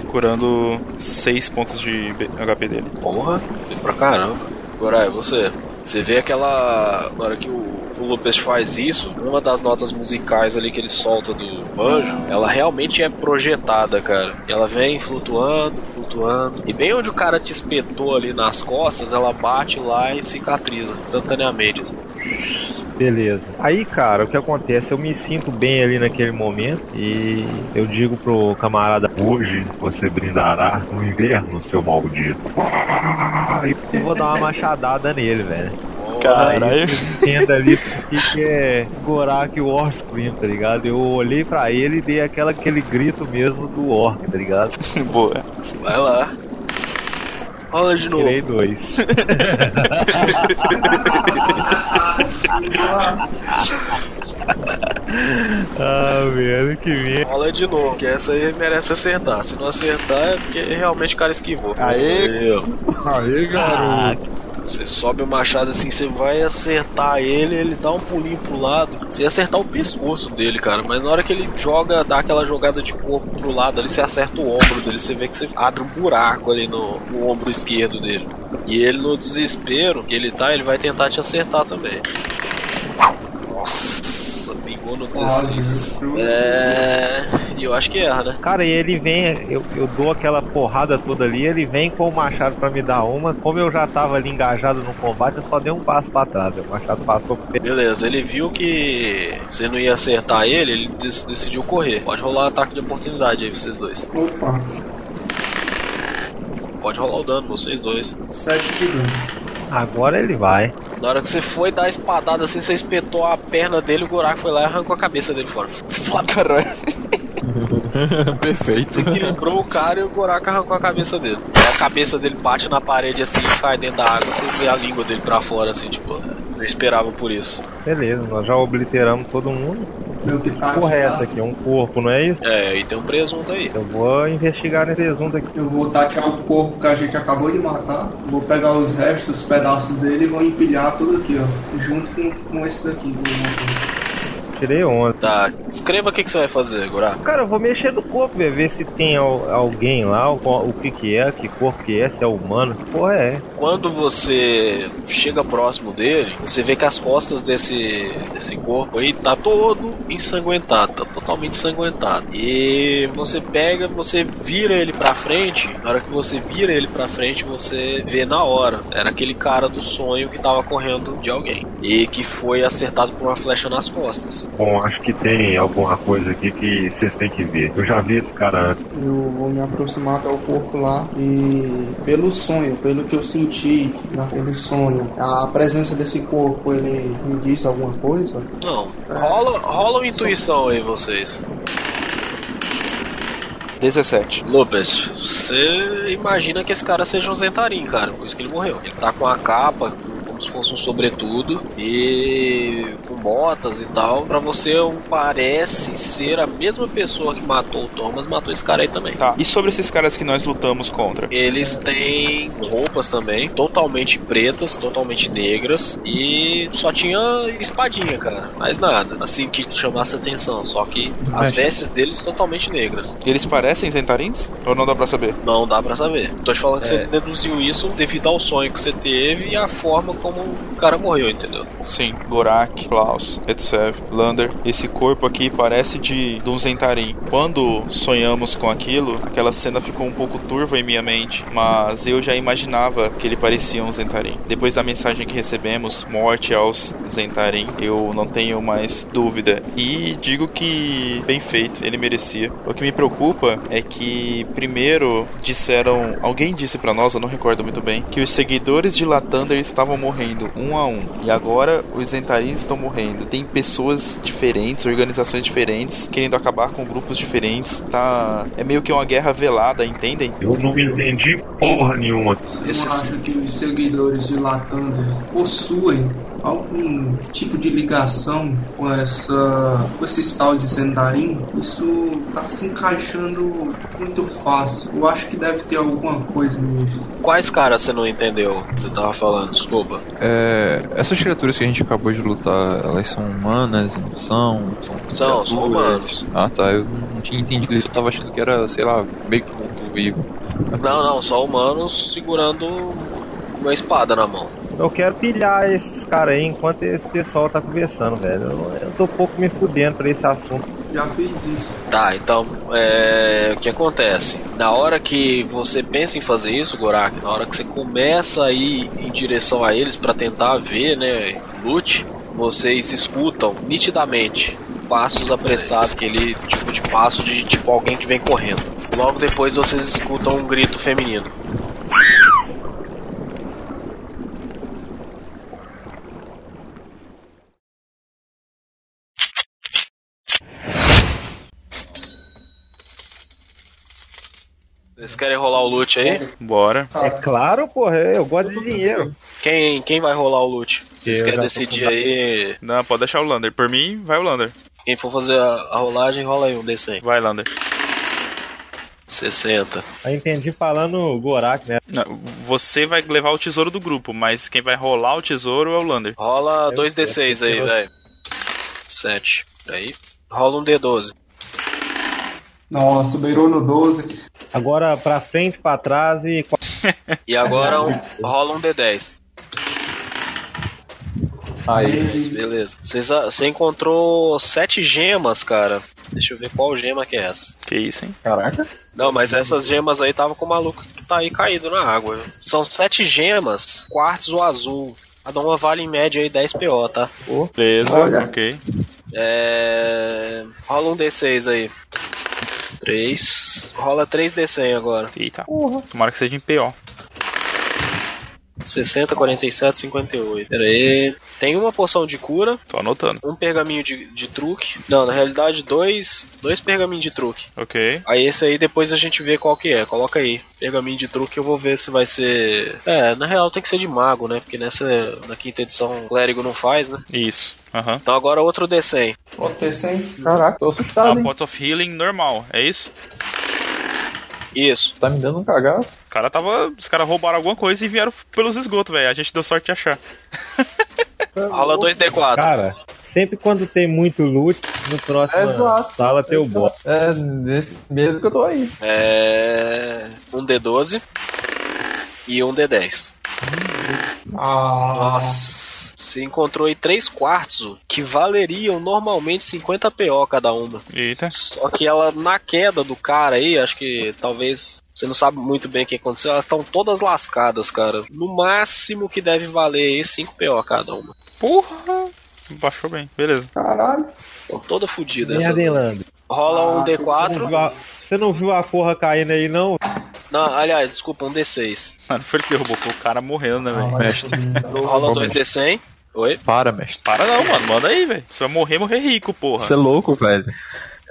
[SPEAKER 3] curando 6 pontos de B- HP dele.
[SPEAKER 2] Porra, foi pra caramba. Agora é você. Você vê aquela. Na hora que o, o Lopes faz isso, uma das notas musicais ali que ele solta do banjo, ela realmente é projetada, cara. E ela vem flutuando, flutuando. E bem onde o cara te espetou ali nas costas, ela bate lá e cicatriza instantaneamente. assim.
[SPEAKER 5] Beleza. Aí, cara, o que acontece? Eu me sinto bem ali naquele momento e eu digo pro camarada.
[SPEAKER 4] Hoje você brindará no inverno, seu maldito.
[SPEAKER 5] Eu vou dar uma machadada nele, velho.
[SPEAKER 3] Caralho.
[SPEAKER 5] Aí eu entendo ali o que que é Gorak War Scream, tá ligado? Eu olhei pra ele e dei aquela, aquele grito mesmo do Orc, tá ligado?
[SPEAKER 3] Boa.
[SPEAKER 2] Vai lá. Rola de novo.
[SPEAKER 5] Tirei dois. ah, velho, que merda.
[SPEAKER 2] Rola de novo, que essa aí merece acertar. Se não acertar, é porque realmente o cara esquivou.
[SPEAKER 11] Aê, aê,
[SPEAKER 6] Ah,
[SPEAKER 11] garoto.
[SPEAKER 2] Você sobe o machado assim, você vai acertar ele, ele dá um pulinho pro lado. Você ia acertar o pescoço dele, cara. Mas na hora que ele joga, dá aquela jogada de corpo pro lado ali, você acerta o ombro dele. Você vê que você abre um buraco ali no, no ombro esquerdo dele. E ele, no desespero que ele tá, ele vai tentar te acertar também. Nossa, pingou no 16.
[SPEAKER 6] Ah, Jesus.
[SPEAKER 2] É. E eu acho que erra, né?
[SPEAKER 5] Cara, e ele vem, eu, eu dou aquela porrada toda ali, ele vem com o machado pra me dar uma. Como eu já tava ali engajado no combate, eu só dei um passo pra trás. O machado passou pe-
[SPEAKER 2] Beleza, ele viu que você não ia acertar ele, ele des- decidiu correr. Pode rolar ataque de oportunidade aí, vocês dois.
[SPEAKER 6] Opa,
[SPEAKER 2] Pode rolar o dano, vocês dois.
[SPEAKER 6] 7 de dano.
[SPEAKER 5] Agora ele vai.
[SPEAKER 2] Na hora que você foi dar a espadada assim, você espetou a perna dele, o buraco foi lá e arrancou a cabeça dele fora.
[SPEAKER 11] Caralho. Perfeito.
[SPEAKER 2] Você equilibrou o cara e o buraco arrancou a cabeça dele. Aí a cabeça dele bate na parede assim e cai dentro da água, vocês veem a língua dele pra fora assim, tipo. Não esperava por isso.
[SPEAKER 5] Beleza, nós já obliteramos todo mundo.
[SPEAKER 6] Meu que tá
[SPEAKER 5] Que porra é
[SPEAKER 6] atirado.
[SPEAKER 5] essa aqui? É um corpo, não é isso?
[SPEAKER 2] É, e tem um presunto aí.
[SPEAKER 5] Eu vou investigar nesse presunto aqui.
[SPEAKER 6] Eu vou tatear o corpo que a gente acabou de matar, vou pegar os restos, os pedaços dele e vou empilhar tudo aqui, ó. Junto com, com esse daqui. vou montar.
[SPEAKER 5] tirei 11.
[SPEAKER 2] Tá, escreva o que, que você vai fazer, Gurá.
[SPEAKER 5] Cara, eu vou mexer no corpo, velho, ver se tem al- alguém lá, o, co- o que que é, que corpo que é, se é humano, que porra é.
[SPEAKER 2] Quando você chega próximo dele, você vê que as costas desse, desse corpo aí tá todo ensanguentado, tá totalmente ensanguentado. E você pega, você vira ele pra frente, na hora que você vira ele pra frente, você vê na hora. Era aquele cara do sonho que tava correndo de alguém. E que foi acertado por uma flecha nas costas.
[SPEAKER 4] Bom, acho que tem alguma coisa aqui que vocês têm que ver. Eu já vi esse cara antes.
[SPEAKER 6] Eu vou me aproximar até o corpo lá e pelo sonho, pelo que eu senti naquele sonho, a presença desse corpo, ele me diz alguma coisa?
[SPEAKER 2] Não. Rola, rola uma intuição aí, vocês.
[SPEAKER 11] 17.
[SPEAKER 2] Lopes, você imagina que esse cara seja um Zentarim, cara, por isso que ele morreu. Ele tá com a capa, como se fosse um sobretudo, e com botas e tal. Pra você, um- parece ser a mesma pessoa que matou o Thomas, matou esse cara aí também.
[SPEAKER 3] Tá, e sobre esses caras que nós lutamos contra?
[SPEAKER 2] Eles têm roupas também, totalmente pretas, totalmente negras, e só tinha espadinha, cara, mais nada, assim que chamasse atenção. Só que as
[SPEAKER 3] Mas-
[SPEAKER 2] vestes deles totalmente negras.
[SPEAKER 11] Eles parecem Zentarins? Ou não dá pra saber?
[SPEAKER 2] Não dá pra saber. Tô te falando que
[SPEAKER 11] É.
[SPEAKER 2] você deduziu isso devido ao sonho que você teve e à forma como o cara morreu, entendeu?
[SPEAKER 3] Sim, Gorak, Klaus, etc. Lander, esse corpo aqui parece de, de um Zentarim. Quando sonhamos com aquilo, aquela cena ficou um pouco turva em minha mente, mas eu já imaginava que ele parecia um Zentarim. Depois da mensagem que recebemos, morte aos Zentarim, eu não tenho mais dúvida. E digo que bem feito, ele merecia. O que me preocupa é que primeiro disseram, alguém disse pra nós, eu não recordo muito bem, que os seguidores de Latander estavam morrendo um a um. E agora os Zentarins estão morrendo. Tem pessoas diferentes, organizações diferentes, querendo acabar com grupos diferentes. Tá. É meio que uma guerra velada, entendem?
[SPEAKER 4] Eu não entendi porra nenhuma.
[SPEAKER 6] Eu acho que os seguidores de Latander possuem algum tipo de ligação com essa com esses tal de Zendarim. Isso tá se encaixando muito fácil. Eu acho que deve ter alguma coisa nisso.
[SPEAKER 2] Quais caras você não entendeu? que Eu tava falando, desculpa.
[SPEAKER 9] É, essas criaturas que a gente acabou de lutar, elas são humanas, não são? São,
[SPEAKER 2] São, são
[SPEAKER 9] criaturas?
[SPEAKER 2] humanos.
[SPEAKER 9] Ah tá, eu não tinha entendido isso, eu tava achando que era, sei lá, meio que mundo vivo.
[SPEAKER 2] Não, não, só humanos segurando uma espada na mão.
[SPEAKER 5] Eu quero pilhar esses caras aí enquanto esse pessoal tá conversando, velho. Eu, eu tô um pouco me fudendo pra esse assunto.
[SPEAKER 6] Já fiz isso.
[SPEAKER 2] Tá, então, é, o que acontece? Na hora que você pensa em fazer isso, Gorak, na hora que você começa a ir em direção a eles pra tentar ver, né, lute, vocês escutam nitidamente passos apressados, aquele tipo de passo de tipo alguém que vem correndo. Logo depois vocês escutam um grito feminino. Vocês querem rolar o loot aí?
[SPEAKER 3] Bora.
[SPEAKER 6] Tá.
[SPEAKER 5] É claro, porra, eu gosto de dinheiro.
[SPEAKER 2] Quem, quem vai rolar o loot? Vocês
[SPEAKER 3] Eu
[SPEAKER 2] querem
[SPEAKER 3] já tô
[SPEAKER 2] decidir
[SPEAKER 3] com-
[SPEAKER 2] aí?
[SPEAKER 3] Não, pode deixar o Lander. Por mim, vai o Lander.
[SPEAKER 2] Quem for fazer a, a rolagem, rola aí um desse aí.
[SPEAKER 3] Vai, Lander.
[SPEAKER 2] 60.
[SPEAKER 5] Eu entendi falando Gorak, né?
[SPEAKER 3] Não, você vai levar o tesouro do grupo, mas quem vai rolar o tesouro é o Lander.
[SPEAKER 2] Rola 2d6 aí, velho. 7. Aí. Rola um D12.
[SPEAKER 6] Nossa, beirou no 12.
[SPEAKER 5] Agora pra frente, pra trás e.
[SPEAKER 2] E agora um- rola um D10. Mas beleza. Vocês a- Você encontrou sete gemas, cara. Deixa eu ver qual gema que é essa.
[SPEAKER 3] Que isso, hein?
[SPEAKER 9] Caraca.
[SPEAKER 2] Não, mas essas gemas aí tava com o maluco que tá aí caído na água. viu? São sete gemas, quartzo azul. Cada uma vale em média aí 10 PO, tá?
[SPEAKER 3] Beleza,
[SPEAKER 6] Olha.
[SPEAKER 3] ok.
[SPEAKER 2] É. Rola um D6 aí. 3. Rola 3D100 agora.
[SPEAKER 3] Eita. Tomara que seja em PO.
[SPEAKER 2] 60, 47, 58. Pera aí. Tem uma poção de cura,
[SPEAKER 3] Tô anotando.
[SPEAKER 2] um pergaminho de, de truque. Não, na realidade, dois, dois pergaminhos de truque.
[SPEAKER 3] Ok.
[SPEAKER 2] Aí esse aí depois a gente vê qual que é. Coloca aí. Pergaminho de truque eu vou ver se vai ser. É, na real tem que ser de mago, né? Porque nessa. Na quinta edição o clérigo não faz, né?
[SPEAKER 3] Isso. Aham.
[SPEAKER 2] Então agora outro D100.
[SPEAKER 6] Pode ter 100.
[SPEAKER 8] Caraca, tô
[SPEAKER 7] Tá Ah,
[SPEAKER 8] assustado,
[SPEAKER 3] A
[SPEAKER 8] hein?
[SPEAKER 3] Pot of Healing normal, é isso?
[SPEAKER 2] Isso.
[SPEAKER 8] Tá me dando um cagaço.
[SPEAKER 3] O cara tava. Os caras roubaram alguma coisa e vieram pelos esgotos, velho. A gente deu sorte de achar.
[SPEAKER 2] Rola 2D4.
[SPEAKER 5] Cara, sempre quando tem muito loot, no
[SPEAKER 9] É
[SPEAKER 5] próximo
[SPEAKER 8] Exato.
[SPEAKER 5] sala tem o boss.
[SPEAKER 8] É nesse mesmo que eu tô aí.
[SPEAKER 2] É. Um D12 e um D10.
[SPEAKER 6] Ah,
[SPEAKER 2] Nossa. Você encontrou aí três quartos que valeriam normalmente 50 PO cada uma.
[SPEAKER 3] Eita.
[SPEAKER 2] Só que ela, na queda do cara aí, acho que talvez você não sabe muito bem o que aconteceu, elas estão todas lascadas, cara. No máximo que deve valer aí 5 PO cada uma.
[SPEAKER 3] Porra! Baixou bem, beleza.
[SPEAKER 6] caralho.
[SPEAKER 2] Estão toda fodida essa.
[SPEAKER 5] Merda, hein, Lando?
[SPEAKER 2] Rola um
[SPEAKER 6] Ah,
[SPEAKER 5] Você não
[SPEAKER 2] D4.
[SPEAKER 5] viu a- Você não viu a porra caindo aí, não?
[SPEAKER 2] Não, aliás, desculpa, um D6.
[SPEAKER 3] Mano, foi ele que derrubou, foi o cara morrendo, né,
[SPEAKER 6] Ah,
[SPEAKER 3] velho?
[SPEAKER 6] vai
[SPEAKER 9] mestre.
[SPEAKER 6] subir.
[SPEAKER 2] Rola 2D100. Oi?
[SPEAKER 9] Para, mestre.
[SPEAKER 3] Para não, mano, manda aí, velho. Você vai morrer, morrer rico, porra.
[SPEAKER 9] Você é louco, velho.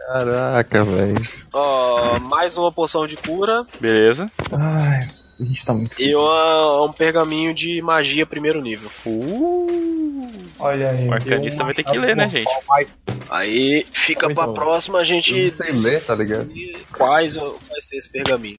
[SPEAKER 9] Caraca, velho.
[SPEAKER 2] Ó, mais uma poção de cura
[SPEAKER 3] Beleza.
[SPEAKER 9] Ai, a gente tá muito.
[SPEAKER 2] e uma- um pergaminho de magia primeiro nível.
[SPEAKER 6] Olha aí.
[SPEAKER 3] Uh, O arcanista vai ter que ler, né, gente?
[SPEAKER 2] Aí fica pra próxima a gente
[SPEAKER 9] Sem ler, tá ligado?
[SPEAKER 2] decidir quais vai ser esse pergaminho.